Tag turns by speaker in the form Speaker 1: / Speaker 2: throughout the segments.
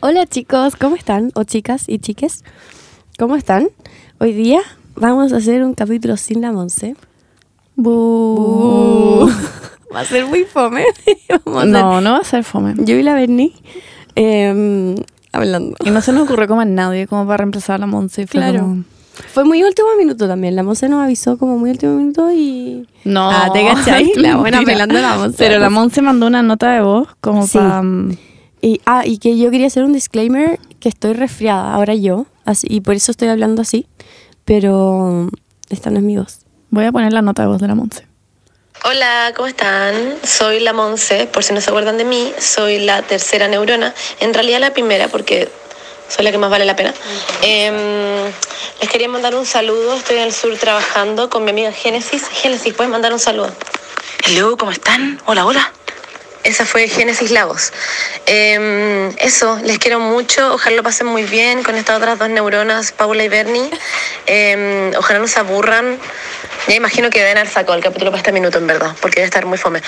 Speaker 1: Hola chicos, ¿cómo están? O chicas y chiques, ¿cómo están? Hoy día vamos a hacer un capítulo sin la Monse.
Speaker 2: Bu.
Speaker 1: Va a ser muy fome. Vamos a
Speaker 2: No, no va a ser fome.
Speaker 1: ser- Yo y la Berni em, hablando.
Speaker 2: Y no se nos ocurrió como a nadie como para reemplazar a la Monse. Fue
Speaker 1: Claro.
Speaker 2: como-
Speaker 1: Fue muy último minuto también. La Monse nos avisó como muy último minuto y...
Speaker 2: No.
Speaker 1: Ah, ¿te cachai? La buena
Speaker 2: Mira,
Speaker 1: pelando a la Monse.
Speaker 2: Pero la Monse mandó una nota de voz como mm,
Speaker 1: Sí.
Speaker 2: para...
Speaker 1: Y, ah, y que yo quería hacer un disclaimer que estoy resfriada ahora yo, así, y por eso estoy hablando así, pero mm, esta no es mi voz.
Speaker 2: Voy a poner la nota de voz de la Monse.
Speaker 3: Hola, ¿cómo están? Soy la Monse, por si no se acuerdan de mí, soy la tercera neurona, en realidad la primera porque soy la que más vale la pena. Em, les quería mandar un saludo, estoy en el sur trabajando con mi amiga Génesis. Génesis, ¿puedes mandar un saludo?
Speaker 4: Hello, ¿cómo están? Hola, hola.
Speaker 3: Esa fue Génesis Lagos. Em, eso, les quiero mucho. Ojalá lo pasen muy bien con estas otras dos neuronas, Paula y Bernie. Em, ojalá no se aburran. Ya imagino que deben haber sacado el capítulo para este minuto, en verdad, porque debe estar muy fome.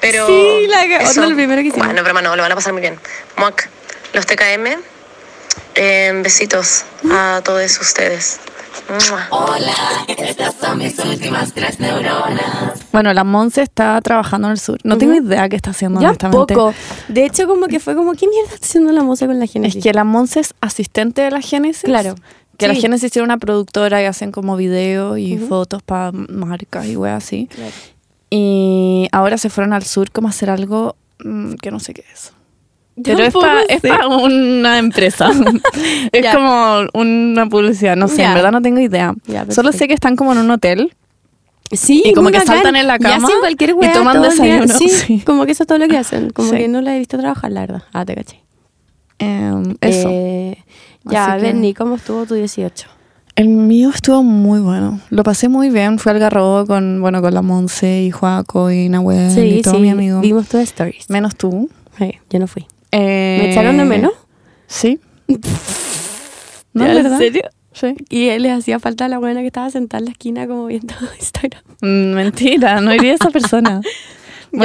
Speaker 3: Pero.
Speaker 1: Sí, la que-
Speaker 3: eso.
Speaker 1: onda, lo primero que hicimos.
Speaker 3: Bueno, pero no, lo van a pasar muy bien. Muac, los TKM. em, besitos a todos ustedes. Mua.
Speaker 2: Bueno, la Monse está trabajando en el sur. No tengo idea qué está haciendo,
Speaker 1: ya
Speaker 2: honestamente.
Speaker 1: poco. De hecho, como que fue como, ¿qué mierda está haciendo la Monse con la
Speaker 2: Es
Speaker 1: Génesis?
Speaker 2: que la Monse es asistente de la Génesis.
Speaker 1: Claro.
Speaker 2: Que la
Speaker 1: Sí.
Speaker 2: Génesis tiene una productora y hacen como videos y fotos para marcas y weas así. Y ahora se fueron al sur como a hacer algo mm, que no sé qué es. Pero es
Speaker 1: tampoco
Speaker 2: para
Speaker 1: sé.
Speaker 2: una empresa. es
Speaker 1: Ya.
Speaker 2: como una publicidad. No sé,
Speaker 1: Ya.
Speaker 2: en verdad no tengo idea.
Speaker 1: Ya,
Speaker 2: Solo
Speaker 1: perfecto.
Speaker 2: sé que están como en un hotel.
Speaker 1: Sí,
Speaker 2: y como
Speaker 1: muy
Speaker 2: que
Speaker 1: bacán.
Speaker 2: saltan en la
Speaker 1: Y
Speaker 2: cama
Speaker 1: hacen cualquier
Speaker 2: y
Speaker 1: weá
Speaker 2: toman
Speaker 1: todo el día.
Speaker 2: desayuno,
Speaker 1: Sí,
Speaker 2: sí.
Speaker 1: como que eso es todo lo que hacen. Como
Speaker 2: Sí.
Speaker 1: que no la he visto trabajar, la verdad. Ah, te caché.
Speaker 2: Em, eso.
Speaker 1: Eh, ya,
Speaker 2: Así que-
Speaker 1: Berni, ¿cómo estuvo tu 18?
Speaker 2: El mío estuvo muy bueno. Lo pasé muy bien. Fui al Garrobo con, bueno, con la Monse y Joaco y Nahuel y Eh, todo mi amigo.
Speaker 1: vimos tus stories.
Speaker 2: Menos tú.
Speaker 1: Sí, yo no fui.
Speaker 2: Eh,
Speaker 1: ¿Me echaron de menos?
Speaker 2: Sí. ¿No
Speaker 1: ¿Ya,
Speaker 2: es
Speaker 1: en
Speaker 2: verdad?
Speaker 1: serio?
Speaker 2: Sí.
Speaker 1: Y él les hacía falta la buena que estaba sentada en la esquina como viendo Instagram.
Speaker 2: Mm, mentira, no iría esa persona. bueno,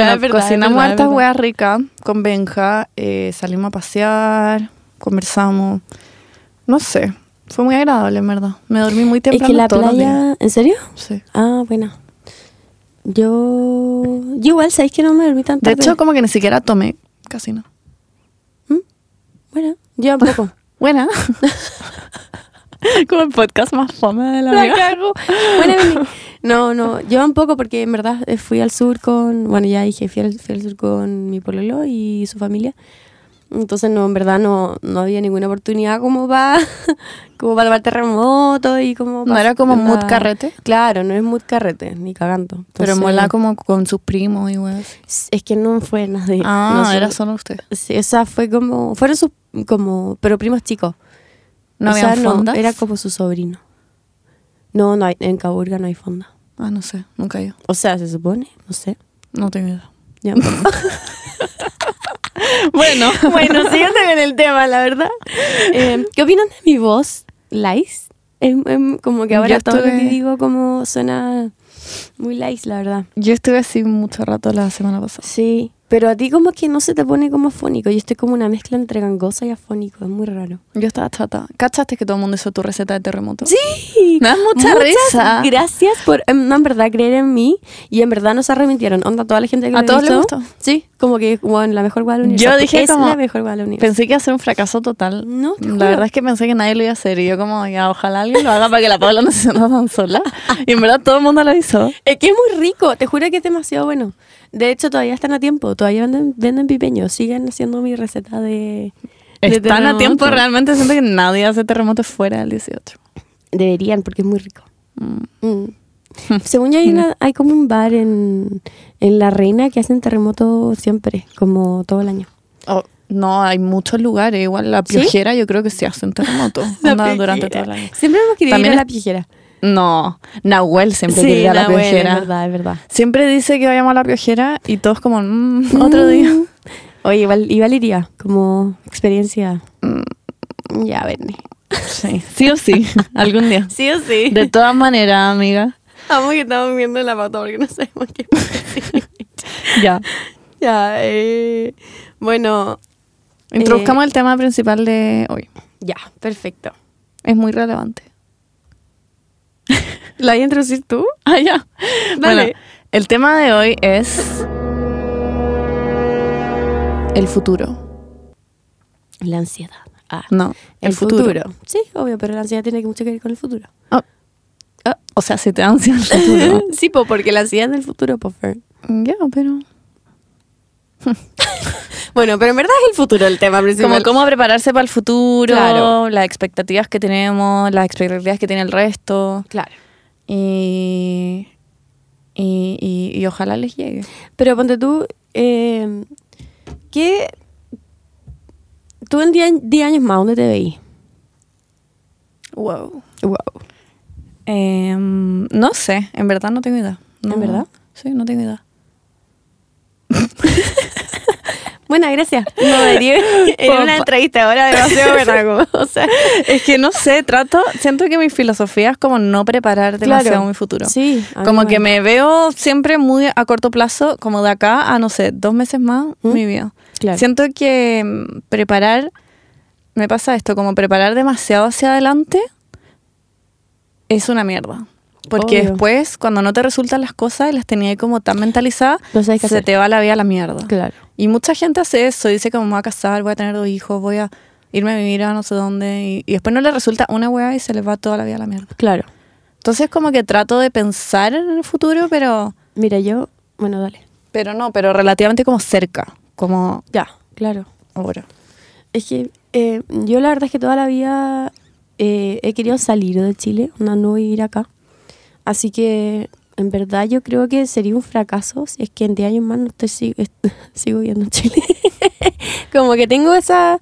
Speaker 1: Ya, es verdad, es
Speaker 2: cocinamos
Speaker 1: verdad, es
Speaker 2: hartas
Speaker 1: verdad.
Speaker 2: hueas ricas con Benja. eh, salimos a pasear, conversamos. No sé. Fue muy agradable, en verdad. Me dormí muy temprano.
Speaker 1: es que la
Speaker 2: todos los días.
Speaker 1: playa... ¿En serio?
Speaker 2: Sí.
Speaker 1: Ah, bueno. Yo... Yo igual, ¿sabéis que no me dormí tanto?
Speaker 2: De hecho, como que ni siquiera tomé. Casi no.
Speaker 1: Bueno, yo tampoco.
Speaker 2: Buena. Como el podcast más fome de la
Speaker 1: la
Speaker 2: vida.
Speaker 1: cago. Bueno, Emily, no, no, yo tampoco porque en verdad eh, fui al sur con... Bueno, ya dije, fui al, fui al sur con mi pololo y su familia. Entonces, no, en verdad no, no había ninguna oportunidad como para como para tomar terremoto y como...
Speaker 2: ¿No
Speaker 1: pa-
Speaker 2: era como mood
Speaker 1: la-
Speaker 2: carrete?
Speaker 1: Claro, no es mood carrete, ni cagando.
Speaker 2: Pero
Speaker 1: Entonces-
Speaker 2: mola como con sus primos y weas.
Speaker 1: Es que no fue nadie.
Speaker 2: Ah,
Speaker 1: No sé.
Speaker 2: era solo usted.
Speaker 1: Sí, o sea, fue como. Fueron sus. Como, pero primos chicos.
Speaker 2: No
Speaker 1: o sea,
Speaker 2: había fondas.
Speaker 1: era como su sobrino. No, no hay, en Caburga no hay fonda.
Speaker 2: Ah, no sé, nunca yo.
Speaker 1: O sea, se supone, no sé.
Speaker 2: No tengo idea.
Speaker 1: Ya.
Speaker 2: Bueno,
Speaker 1: bueno, síguete con el tema, la verdad. Eh, ¿Qué opinan de mi voz, Lais? Em, em, como que ahora
Speaker 2: Yo
Speaker 1: todo lo que
Speaker 2: estuve-
Speaker 1: digo como suena muy Lais, la verdad.
Speaker 2: yo estuve así mucho rato la semana pasada.
Speaker 1: Sí, pero a ti como que no se te pone como afónico. Yo estoy como una mezcla entre gangosa y afónico, es muy raro.
Speaker 2: Yo estaba chata. ¿Cachaste que todo el mundo hizo tu receta de terremoto?
Speaker 1: Sí.
Speaker 2: Me da mucha
Speaker 1: Muchas
Speaker 2: risa.
Speaker 1: Gracias por, em, no, en verdad, creer en mí. Y en verdad no se arrepintieron. Onda, toda la gente que
Speaker 2: ¿A
Speaker 1: lo
Speaker 2: todos les
Speaker 1: hizo,
Speaker 2: gustó?
Speaker 1: Sí, como que, bueno, la mejor guada del universo.
Speaker 2: Yo
Speaker 1: porque
Speaker 2: dije
Speaker 1: es
Speaker 2: como-
Speaker 1: la mejor guada del universo.
Speaker 2: Pensé que iba a ser un fracaso total.
Speaker 1: No, te juro.
Speaker 2: La verdad es que pensé que nadie lo iba a hacer. Y yo como, ya, ojalá alguien lo haga para que la Paula no se sienta tan sola. Y en verdad todo el mundo lo hizo.
Speaker 1: Es que es muy rico, te juro que es demasiado bueno. De hecho, todavía están a tiempo, todavía venden, venden pipeños. Siguen haciendo mi receta de. de
Speaker 2: Están a
Speaker 1: terremoto.
Speaker 2: tiempo realmente. Siento que nadie hace terremotos fuera del 18.
Speaker 1: Deberían, porque es muy rico. Mm. Según yo, hay, una- hay como un bar en, en La Reina que hacen terremoto siempre, como todo el año.
Speaker 2: Oh, no, hay muchos lugares. Igual la
Speaker 1: ¿Sí?
Speaker 2: piojera yo creo que sí hacen terremotos.
Speaker 1: La
Speaker 2: Onda, durante todo
Speaker 1: pijera.
Speaker 2: el año.
Speaker 1: Siempre hemos querido
Speaker 2: También
Speaker 1: ir a
Speaker 2: es-
Speaker 1: la pijera.
Speaker 2: No, Nahuel siempre quiere ir a la
Speaker 1: Nahuel,
Speaker 2: piojera.
Speaker 1: Es verdad, es verdad.
Speaker 2: Siempre dice que vayamos a la piojera y todos como, "Mm, otro
Speaker 1: Mm.
Speaker 2: día.
Speaker 1: Oye, igual, igual iría como experiencia. Ya, Bernie.
Speaker 2: Mm. Sí, sí o sí, algún día.
Speaker 1: Sí o sí.
Speaker 2: De todas maneras, amiga.
Speaker 1: Vamos que estamos viendo la pata porque no sabemos qué
Speaker 2: Ya.
Speaker 1: Ya, eh, bueno,
Speaker 2: Introduzcamos el tema principal de hoy.
Speaker 1: Ya, perfecto.
Speaker 2: Es muy relevante. ¿La voy a introducir tú? Ah, ya.
Speaker 1: Dale.
Speaker 2: Bueno, el tema de hoy es. El futuro.
Speaker 1: La ansiedad. Ah,
Speaker 2: No.
Speaker 1: el futuro. Sí, obvio, pero la ansiedad tiene mucho que ver con el futuro.
Speaker 2: Ah. Ah, o sea, si te da ansia el futuro.
Speaker 1: sí, po, porque la ansiedad del futuro, po, Fer.
Speaker 2: Ya, pero.
Speaker 1: Bueno, pero en verdad es el futuro el tema
Speaker 2: como
Speaker 1: principal.
Speaker 2: cómo prepararse para el futuro,
Speaker 1: Claro.
Speaker 2: las expectativas que tenemos, las expectativas que tiene el resto.
Speaker 1: Claro.
Speaker 2: Y, y, y- y ojalá les llegue.
Speaker 1: Pero ponte tú, eh, ¿qué? Tú en 10 10 años más, ¿dónde te veí?
Speaker 2: Wow.
Speaker 1: Wow.
Speaker 2: Em, no sé, en verdad no tengo idea. No,
Speaker 1: ¿En verdad?
Speaker 2: Sí, no tengo idea.
Speaker 1: Bueno, gracias. No, debería era una
Speaker 2: Popa.
Speaker 1: entrevista ahora demasiado verdad. Como, o sea,
Speaker 2: Es que no sé, trato, siento que mi filosofía es como no preparar demasiado mi futuro.
Speaker 1: Sí. a mí
Speaker 2: Como
Speaker 1: igual.
Speaker 2: que me veo siempre muy a corto plazo, como de acá a, no sé, dos meses más,
Speaker 1: ¿Mm?
Speaker 2: mi vida.
Speaker 1: Claro.
Speaker 2: Siento que mm, preparar, me pasa esto, como preparar demasiado hacia adelante es una mierda. Porque
Speaker 1: Obvio.
Speaker 2: después, cuando no te resultan las cosas y las tenías como tan mentalizadas,
Speaker 1: No sabes qué
Speaker 2: se
Speaker 1: hacer.
Speaker 2: te va la vida a la mierda.
Speaker 1: Claro.
Speaker 2: Y mucha gente hace eso, dice como me voy a casar, voy a tener dos hijos, voy a irme a vivir a no sé dónde. Y, y después no le resulta una weá y se les va toda la vida a la mierda.
Speaker 1: Claro.
Speaker 2: Entonces como que trato de pensar en el futuro, pero,
Speaker 1: Mira, yo. Bueno, dale.
Speaker 2: pero no, pero relativamente como cerca, como
Speaker 1: Ya, claro.
Speaker 2: ahora.
Speaker 1: Es que eh, yo la verdad es que toda la vida eh, he querido salir de Chile, una no ir acá. Así que en verdad yo creo que sería un fracaso si es que en 10 años más no estoy, si- est- sigo viviendo en Chile. como que tengo esa,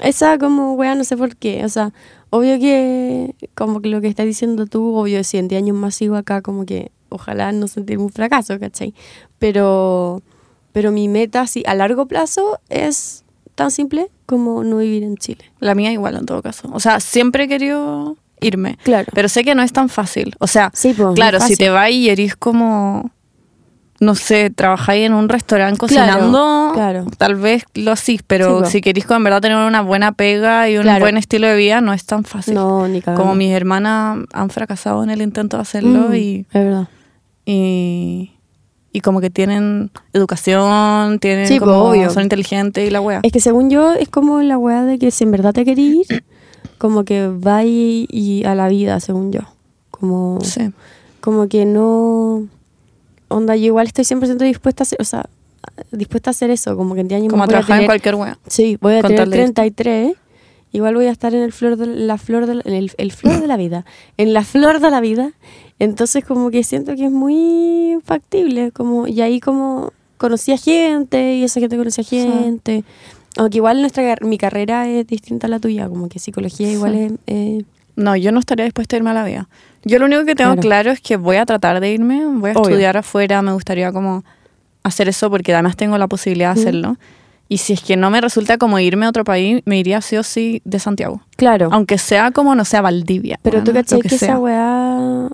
Speaker 1: esa como wea, no sé por qué. O sea, obvio que como que lo que estás diciendo tú, obvio si en 10 años más sigo acá, como que ojalá no sentirme un fracaso, ¿cachai? Pero, pero mi meta así a largo plazo es tan simple como no vivir en Chile.
Speaker 2: La mía igual en todo caso. O sea, siempre he querido irme.
Speaker 1: Claro.
Speaker 2: Pero sé que no es tan fácil. O sea,
Speaker 1: Sí, pues, no es
Speaker 2: claro, si
Speaker 1: fácil.
Speaker 2: te vas y eres como, no sé, trabajáis en un restaurante
Speaker 1: Claro,
Speaker 2: cocinando,
Speaker 1: claro.
Speaker 2: tal vez lo hacís,
Speaker 1: Sí,
Speaker 2: pero
Speaker 1: pues.
Speaker 2: si querís en verdad tener una buena pega y un
Speaker 1: Claro.
Speaker 2: buen estilo de vida, no es tan fácil.
Speaker 1: No, ni cagando.
Speaker 2: Como mis hermanas han fracasado en el intento de hacerlo
Speaker 1: Mm,
Speaker 2: y,
Speaker 1: Es verdad.
Speaker 2: y, y como que tienen educación, tienen
Speaker 1: Sí, pues,
Speaker 2: como,
Speaker 1: obvio.
Speaker 2: son inteligentes y la wea.
Speaker 1: Es que según yo es como la weá de que si en verdad te querís ir, como que va y, y a la vida, según yo. Como,
Speaker 2: Sí.
Speaker 1: como que no... Onda, yo igual estoy 100% dispuesta a hacer, o sea, dispuesta a hacer eso, como que en 10 años
Speaker 2: Como
Speaker 1: más
Speaker 2: a
Speaker 1: voy
Speaker 2: trabajar en
Speaker 1: tener-
Speaker 2: cualquier wea.
Speaker 1: Sí, voy a
Speaker 2: Con
Speaker 1: tener
Speaker 2: tal de irte.
Speaker 1: 33. Igual voy a estar en el flor de la flor de la- en el, el flor de la vida, en la flor de la vida. Entonces como que siento que es muy factible, como y ahí como conocí a gente y esa gente conocía
Speaker 2: Sí.
Speaker 1: gente. Aunque igual nuestra car- mi carrera es distinta a la tuya, como que psicología igual
Speaker 2: Sí.
Speaker 1: es eh,
Speaker 2: No, yo no estaría dispuesta a irme a la vida. Yo lo único que tengo
Speaker 1: Claro.
Speaker 2: claro, es que voy a tratar de irme, voy a
Speaker 1: Obvio.
Speaker 2: estudiar afuera, me gustaría como hacer eso porque además tengo la posibilidad de
Speaker 1: Mm.
Speaker 2: hacerlo. Y si es que no me resulta como irme a otro país, me iría sí o sí de Santiago.
Speaker 1: claro.
Speaker 2: Aunque sea como, no sea Valdivia.
Speaker 1: Pero tú
Speaker 2: bueno,
Speaker 1: cachai
Speaker 2: lo
Speaker 1: que,
Speaker 2: sea.
Speaker 1: esa weá,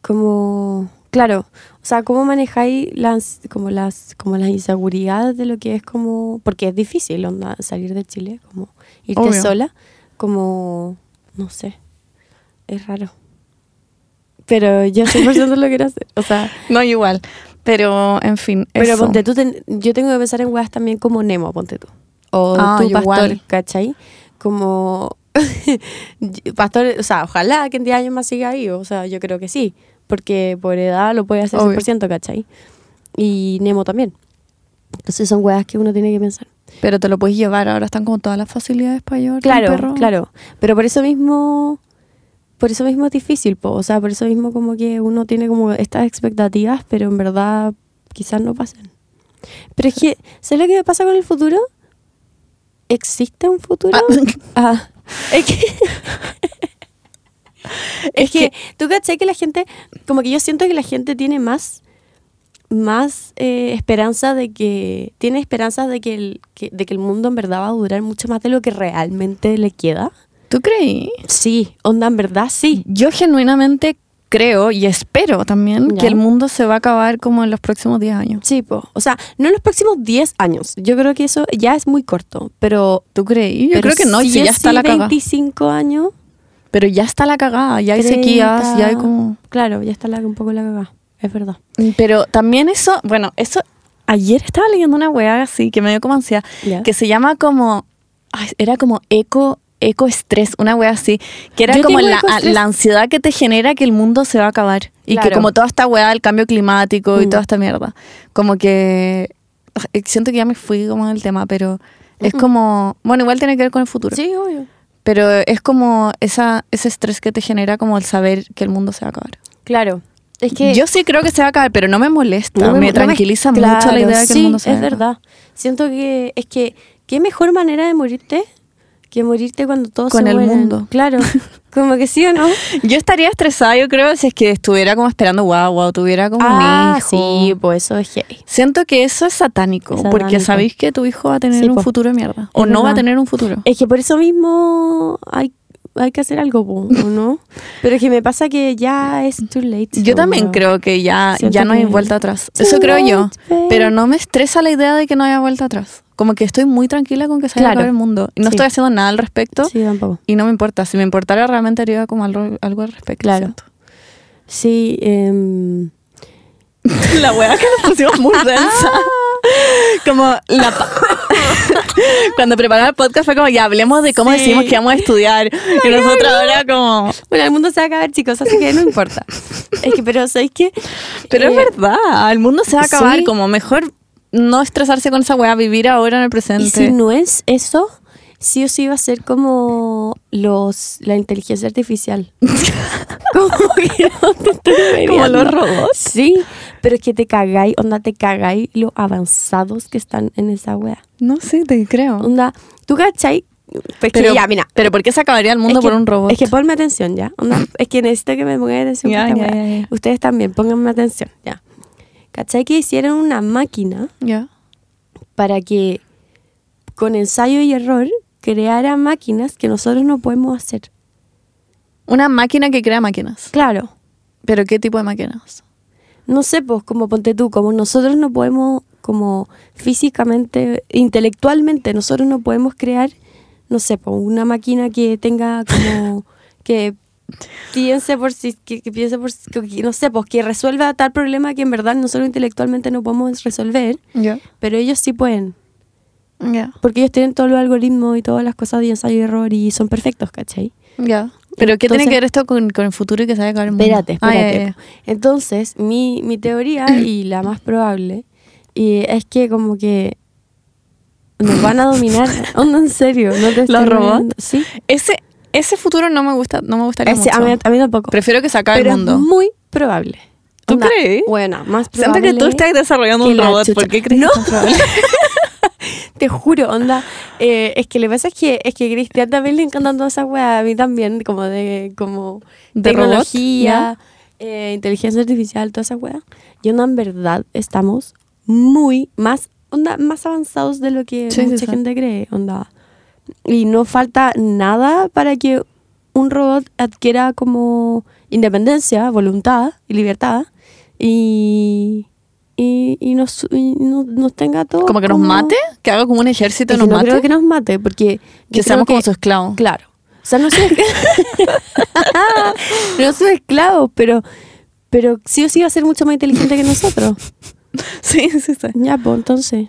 Speaker 1: como, claro, o sea, cómo manejáis las, como las, como las inseguridades de lo que es como, porque es difícil, onda, salir de Chile, como irte
Speaker 2: Obvio.
Speaker 1: sola, como, no sé, es raro. Pero yo 100% lo quiero hacer, o sea,
Speaker 2: No, igual. Pero, en fin.
Speaker 1: pero
Speaker 2: eso.
Speaker 1: ponte tú, ten- yo tengo que pensar en weas también como Nemo, ponte tú. O
Speaker 2: Ah,
Speaker 1: tú,
Speaker 2: yo
Speaker 1: Pastor,
Speaker 2: igual.
Speaker 1: ¿cachai? Como. pastor, o sea, ojalá que en 10 años más siga ahí, o sea, yo creo que sí, porque por edad lo puede hacer
Speaker 2: Obvio.
Speaker 1: 100%, ¿cachai? Y Nemo también. Entonces son weas que uno tiene que pensar.
Speaker 2: Pero te lo puedes llevar, ahora están como todas las facilidades para llevarte un
Speaker 1: Claro,
Speaker 2: perro.
Speaker 1: claro. Pero por eso mismo, por eso mismo es difícil, po. o sea, por eso mismo como que uno tiene como estas expectativas, pero en verdad quizás no pasen. Pero es que, ¿sabes lo que me pasa con el futuro? ¿Existe un futuro? Ah, es que... es que, tú caché que la gente, como que yo siento que la gente tiene más más eh, esperanza de que tiene esperanza de que, el, que- de que el mundo en verdad va a durar mucho más de lo que realmente le queda
Speaker 2: ¿Tú creí?
Speaker 1: sí onda en verdad sí
Speaker 2: Yo genuinamente creo y espero también
Speaker 1: Ya.
Speaker 2: que el mundo se va a acabar como en los próximos 10 años.
Speaker 1: Sí, po. o sea, no en los próximos 10 años. Yo creo que eso ya es muy corto, pero...
Speaker 2: ¿Tú creí? Yo
Speaker 1: pero
Speaker 2: creo que no,
Speaker 1: si
Speaker 2: si ya
Speaker 1: es
Speaker 2: está la cagada.
Speaker 1: 25 años...
Speaker 2: Pero ya está la cagada, ya hay sequías, ya hay
Speaker 1: 30.
Speaker 2: como... Mm,
Speaker 1: Claro, ya está la- un poco la cagada. Es verdad.
Speaker 2: Pero también eso, bueno, eso... Ayer estaba leyendo una weá así que me dio como ansiedad,
Speaker 1: Ya.
Speaker 2: que se llama como... ay, era como eco eco estrés, una wea así, que era
Speaker 1: Yo
Speaker 2: como
Speaker 1: tengo
Speaker 2: la, ah,
Speaker 1: ecoestrés.
Speaker 2: la ansiedad que te genera que el mundo se va a acabar y que
Speaker 1: Claro.
Speaker 2: como toda esta weá del cambio climático y
Speaker 1: Mm.
Speaker 2: toda esta mierda, como que ay, siento que ya me fui como del tema, pero es como, bueno, igual tiene que ver con el futuro.
Speaker 1: Sí, obvio.
Speaker 2: Pero es como esa, ese estrés que te genera como el saber que el mundo se va a acabar.
Speaker 1: Claro. Es que...
Speaker 2: Yo sí creo que se va a acabar, pero no me molesta.
Speaker 1: No
Speaker 2: me,
Speaker 1: no
Speaker 2: tranquiliza mucho
Speaker 1: claro,
Speaker 2: la idea de que
Speaker 1: sí,
Speaker 2: el mundo se va
Speaker 1: es
Speaker 2: a acabar.
Speaker 1: verdad. Siento que es que qué mejor manera de morirte que morirte cuando todos
Speaker 2: Con
Speaker 1: se
Speaker 2: el
Speaker 1: mueren.
Speaker 2: mundo.
Speaker 1: Claro. Como que sí o no.
Speaker 2: Yo estaría estresada, yo creo, si es que estuviera como esperando guau, guau, tuviera como un hijo.
Speaker 1: sí, pues eso es heavy.
Speaker 2: Siento que eso es satánico,
Speaker 1: Es
Speaker 2: porque
Speaker 1: satánico.
Speaker 2: sabéis que tu hijo va a tener
Speaker 1: Sí,
Speaker 2: un
Speaker 1: po.
Speaker 2: futuro de mierda. O
Speaker 1: Es
Speaker 2: no va a
Speaker 1: verdad.
Speaker 2: tener un futuro.
Speaker 1: Es que por eso mismo hay hay que hacer algo, po, ¿o no? Pero es que me pasa que ya es too late.
Speaker 2: Yo también
Speaker 1: creo
Speaker 2: creo que ya,
Speaker 1: Siento
Speaker 2: ya no hay
Speaker 1: que-
Speaker 2: vuelta atrás.
Speaker 1: Sí,
Speaker 2: Eso creo yo.
Speaker 1: babe.
Speaker 2: Pero no me estresa la idea de que no haya vuelta atrás. Como que estoy muy tranquila con que se haya
Speaker 1: Claro.
Speaker 2: acabado el mundo. Y no
Speaker 1: Sí.
Speaker 2: estoy haciendo nada al respecto.
Speaker 1: Sí, tampoco.
Speaker 2: Y no me importa. Si me importara realmente haría como algo, algo al respecto.
Speaker 1: Claro.
Speaker 2: siento.
Speaker 1: Sí, em,
Speaker 2: la weá que nos pusimos muy densa. Como la pa- Cuando preparaba el podcast fue como ya hablemos de cómo
Speaker 1: Sí.
Speaker 2: decimos que vamos a estudiar. Y nosotros ahora como.
Speaker 1: Bueno, el mundo se va a acabar, chicos, así que no importa. es que, pero ¿sabéis qué?
Speaker 2: Pero es
Speaker 1: Eh,
Speaker 2: verdad, el mundo se va a acabar.
Speaker 1: sí.
Speaker 2: Como mejor no estresarse con esa weá, vivir ahora en el presente.
Speaker 1: Y si no es eso, sí o sí va a ser como los la inteligencia artificial. como que no te estoy
Speaker 2: Como
Speaker 1: peleando.
Speaker 2: los robots.
Speaker 1: Sí, pero es que te cagáis, onda, te cagáis lo avanzados que están en esa wea.
Speaker 2: No sé, te creo.
Speaker 1: Onda, ¿tú cachai? Pues que
Speaker 2: Pero,
Speaker 1: ya, mira.
Speaker 2: pero ¿por qué se acabaría el mundo
Speaker 1: es que-
Speaker 2: por un robot?
Speaker 1: Es que ponme atención, ¿ya? Onda, es que necesito que me pongan atención.
Speaker 2: Ya,
Speaker 1: con esta
Speaker 2: ya,
Speaker 1: wea.
Speaker 2: ya, ya.
Speaker 1: Ustedes también, pónganme atención, ¿ya? ¿Cachai que hicieron una máquina
Speaker 2: Ya.
Speaker 1: para que con ensayo y error creara máquinas que nosotros no podemos hacer?
Speaker 2: Una máquina que crea máquinas.
Speaker 1: Claro.
Speaker 2: ¿Pero qué tipo de máquinas?
Speaker 1: No sé, pues como ponte tú, como nosotros no podemos, como físicamente, intelectualmente, nosotros no podemos crear, no sé, pues una máquina que tenga como, que piense por sí, que, que piense por sí- que- que- no sé, pues que resuelva tal problema que en verdad nosotros intelectualmente no podemos resolver,
Speaker 2: Ya.
Speaker 1: pero ellos sí pueden,
Speaker 2: Ya.
Speaker 1: porque ellos tienen todos los algoritmos y todas las cosas de ensayo y error y son perfectos, ¿cachai?
Speaker 2: Ya. ¿Pero qué tiene
Speaker 1: Entonces-
Speaker 2: que ver esto con, con el futuro y que se vaya a acabar el mundo?
Speaker 1: Espérate,
Speaker 2: Ah, ya,
Speaker 1: espérate.
Speaker 2: ya, ya.
Speaker 1: Entonces, mi, mi teoría y la más probable y es que como que nos van a dominar. Onda, en serio, no te estoy
Speaker 2: ¿Los robots?
Speaker 1: bromeando. Sí.
Speaker 2: Ese, ese futuro no me gusta, no me gustaría
Speaker 1: Ese-
Speaker 2: mucho.
Speaker 1: a, mí, a mí tampoco.
Speaker 2: Prefiero que se acabe
Speaker 1: Pero
Speaker 2: el mundo.
Speaker 1: es muy probable.
Speaker 2: ¿Tú crees?
Speaker 1: Bueno, más
Speaker 2: Siento
Speaker 1: probable.
Speaker 2: que tú estás desarrollando
Speaker 1: que
Speaker 2: un
Speaker 1: la
Speaker 2: robot.
Speaker 1: chucha.
Speaker 2: ¿Por qué crees
Speaker 1: No.
Speaker 2: que es tan probable?
Speaker 1: Te juro, onda. eh, es que lo que pasa es que, es que a Cristian también le encantan todas esas weas, a mí también, como de como
Speaker 2: ¿De
Speaker 1: tecnología,
Speaker 2: robot?
Speaker 1: eh, inteligencia artificial, todas esas weas. Y onda, en verdad, estamos muy más, onda, más avanzados de lo que
Speaker 2: Sí, sí,
Speaker 1: mucha
Speaker 2: sí.
Speaker 1: gente cree, onda. Y no falta nada para que un robot adquiera como independencia, voluntad y libertad. Y... Y, y nos, y no- nos tenga todo
Speaker 2: ¿Como que nos mate? ¿Que haga como un ejército
Speaker 1: es
Speaker 2: y
Speaker 1: que
Speaker 2: nos
Speaker 1: no
Speaker 2: mate?
Speaker 1: creo que nos mate, porque... yo
Speaker 2: Que seamos
Speaker 1: creo
Speaker 2: como su esclavo.
Speaker 1: Claro. O sea, no soy no soy esclavo, pero, pero sí o sí va a ser mucho más inteligente que nosotros.
Speaker 2: Sí, sí, sí.
Speaker 1: Ya, pues entonces.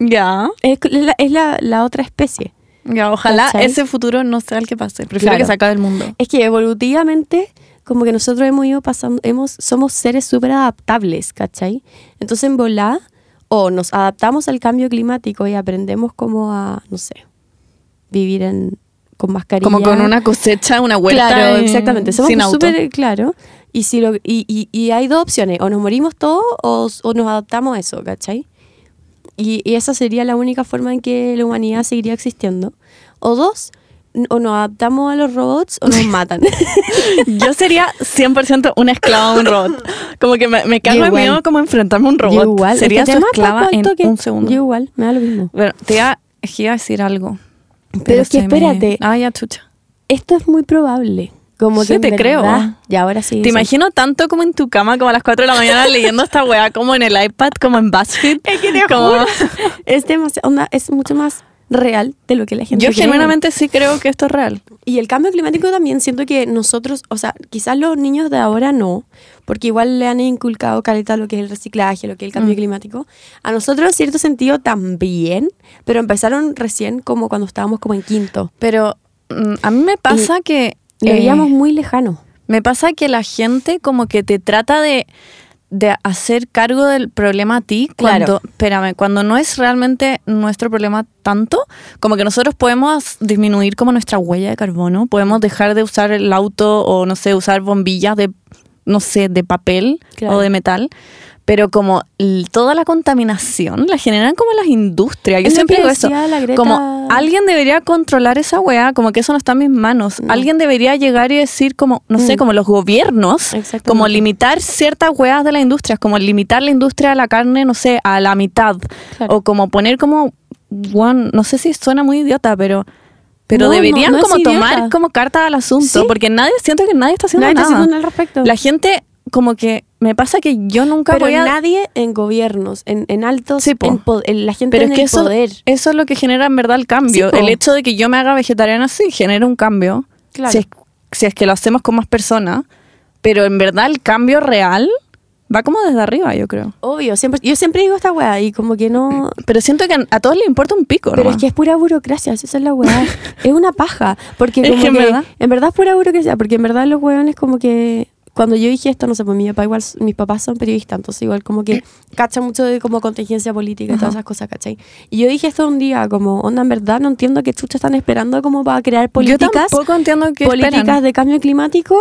Speaker 2: Ya.
Speaker 1: Es, la, es la, la otra especie.
Speaker 2: Ya, ojalá
Speaker 1: ¿Cachai?
Speaker 2: ese futuro no sea el que pase. Prefiero
Speaker 1: Claro.
Speaker 2: que se acabe el mundo.
Speaker 1: Es que evolutivamente, como que nosotros hemos ido pasando, hemos, somos seres súper adaptables, ¿cachai? Entonces en volá, o nos adaptamos al cambio climático y aprendemos como a, no sé, vivir en, con mascarilla.
Speaker 2: Como con una cosecha, una huerta.
Speaker 1: Claro,
Speaker 2: eh,
Speaker 1: exactamente. Somos
Speaker 2: sin auto.
Speaker 1: súper claro. Y, si lo, y, y, y hay dos opciones, o nos morimos todos o, o nos adaptamos a eso, ¿cachai? Y, y esa sería la única forma en que la humanidad seguiría existiendo. O dos, n- o nos adaptamos a los robots o nos matan.
Speaker 2: Yo sería 100% una esclava de un robot. Como que me, me cago
Speaker 1: Yo
Speaker 2: en
Speaker 1: igual.
Speaker 2: miedo como enfrentarme a un
Speaker 1: Yo
Speaker 2: robot.
Speaker 1: igual, este
Speaker 2: sería
Speaker 1: es que
Speaker 2: su
Speaker 1: te matan
Speaker 2: esclava
Speaker 1: al
Speaker 2: en
Speaker 1: toque.
Speaker 2: un segundo.
Speaker 1: Yo igual, me da lo mismo.
Speaker 2: Bueno, te iba, es que iba a decir algo.
Speaker 1: Pero es que
Speaker 2: se me-
Speaker 1: espérate.
Speaker 2: Ah, ya, chucha.
Speaker 1: Esto es muy probable. Como
Speaker 2: Sí,
Speaker 1: que
Speaker 2: te
Speaker 1: en
Speaker 2: creo.
Speaker 1: verdad- Y ahora sí.
Speaker 2: Te
Speaker 1: sí.
Speaker 2: imagino tanto como en tu cama, como a las 4 de la mañana leyendo esta weá, como en el iPad, como en BuzzFeed. como-
Speaker 1: Es demasiado, onda, es mucho más real de lo que la gente
Speaker 2: Yo
Speaker 1: cree.
Speaker 2: genuinamente sí creo que esto es real.
Speaker 1: Y el cambio climático también siento que nosotros, o sea, quizás los niños de ahora no, porque igual le han inculcado caleta lo que es el reciclaje, lo que es el cambio
Speaker 2: Mm.
Speaker 1: climático. A nosotros en cierto sentido también, pero empezaron recién como cuando estábamos como en quinto.
Speaker 2: Pero mm, a mí me pasa que...
Speaker 1: Lo
Speaker 2: eh,
Speaker 1: veíamos muy lejano.
Speaker 2: Me pasa que la gente como que te trata de, de hacer cargo del problema a ti cuando,
Speaker 1: Claro.
Speaker 2: espérame, cuando no es realmente nuestro problema tanto, como que nosotros podemos disminuir como nuestra huella de carbono, podemos dejar de usar el auto o no sé, usar bombillas de no sé, de papel
Speaker 1: Claro.
Speaker 2: o de metal, pero como l- toda la contaminación la generan como las industrias. Yo
Speaker 1: Es lo
Speaker 2: siempre
Speaker 1: que
Speaker 2: digo eso,
Speaker 1: decía la Greta-
Speaker 2: como alguien debería controlar esa weá, como que eso no está en mis manos.
Speaker 1: Mm.
Speaker 2: Alguien debería llegar y decir como, no sé,
Speaker 1: Mm.
Speaker 2: como los gobiernos,
Speaker 1: Exactamente.
Speaker 2: como limitar ciertas weas de la industria, como limitar la industria de la carne, no sé, a la mitad.
Speaker 1: Claro.
Speaker 2: O como poner como, weón, no sé si suena muy idiota, pero... Pero
Speaker 1: No, no,
Speaker 2: deberían
Speaker 1: no es
Speaker 2: como tomar
Speaker 1: idiota.
Speaker 2: como carta al asunto,
Speaker 1: Sí.
Speaker 2: porque nadie, siento que nadie está haciendo
Speaker 1: Nadie está
Speaker 2: nada.
Speaker 1: haciendo nada al respecto.
Speaker 2: La gente, como que, me pasa que yo nunca
Speaker 1: pero
Speaker 2: voy a...
Speaker 1: nadie en gobiernos, en, en altos,
Speaker 2: Sí, po.
Speaker 1: en po- en la gente
Speaker 2: Pero
Speaker 1: en
Speaker 2: es que
Speaker 1: el
Speaker 2: eso,
Speaker 1: poder.
Speaker 2: eso es lo que genera en verdad el cambio.
Speaker 1: Sí, po.
Speaker 2: el hecho de que yo me haga vegetariana sí genera un cambio.
Speaker 1: Claro.
Speaker 2: Si es, si es que lo hacemos con más personas. Pero en verdad el cambio real va como desde arriba, yo creo.
Speaker 1: Obvio, siempre, yo siempre digo esta weá y como que no...
Speaker 2: Pero siento que a- a todos les importa un pico,
Speaker 1: Pero es
Speaker 2: nomás.
Speaker 1: que es pura burocracia, esa es la weá. es una paja. Porque
Speaker 2: Es
Speaker 1: como
Speaker 2: que
Speaker 1: que,
Speaker 2: en verdad-
Speaker 1: en verdad es pura burocracia, porque en verdad los weones como que... Cuando yo dije esto, no sé, pues mi papá igual, mis papás son periodistas, entonces igual como que cachan mucho de como contingencia política y todas esas cosas, ¿cachai? Y yo dije esto un día, como, onda, en verdad no entiendo qué chucha están esperando como para crear políticas
Speaker 2: Yo tampoco entiendo que
Speaker 1: políticas de cambio climático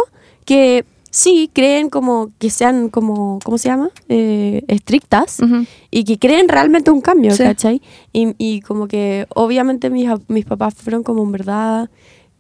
Speaker 1: que sí creen como que sean como, ¿cómo se llama? Eh, estrictas
Speaker 2: Ujú.
Speaker 1: y que creen realmente un cambio,
Speaker 2: Sí.
Speaker 1: ¿cachai? Y, y como que obviamente mis, a- mis papás fueron como en verdad...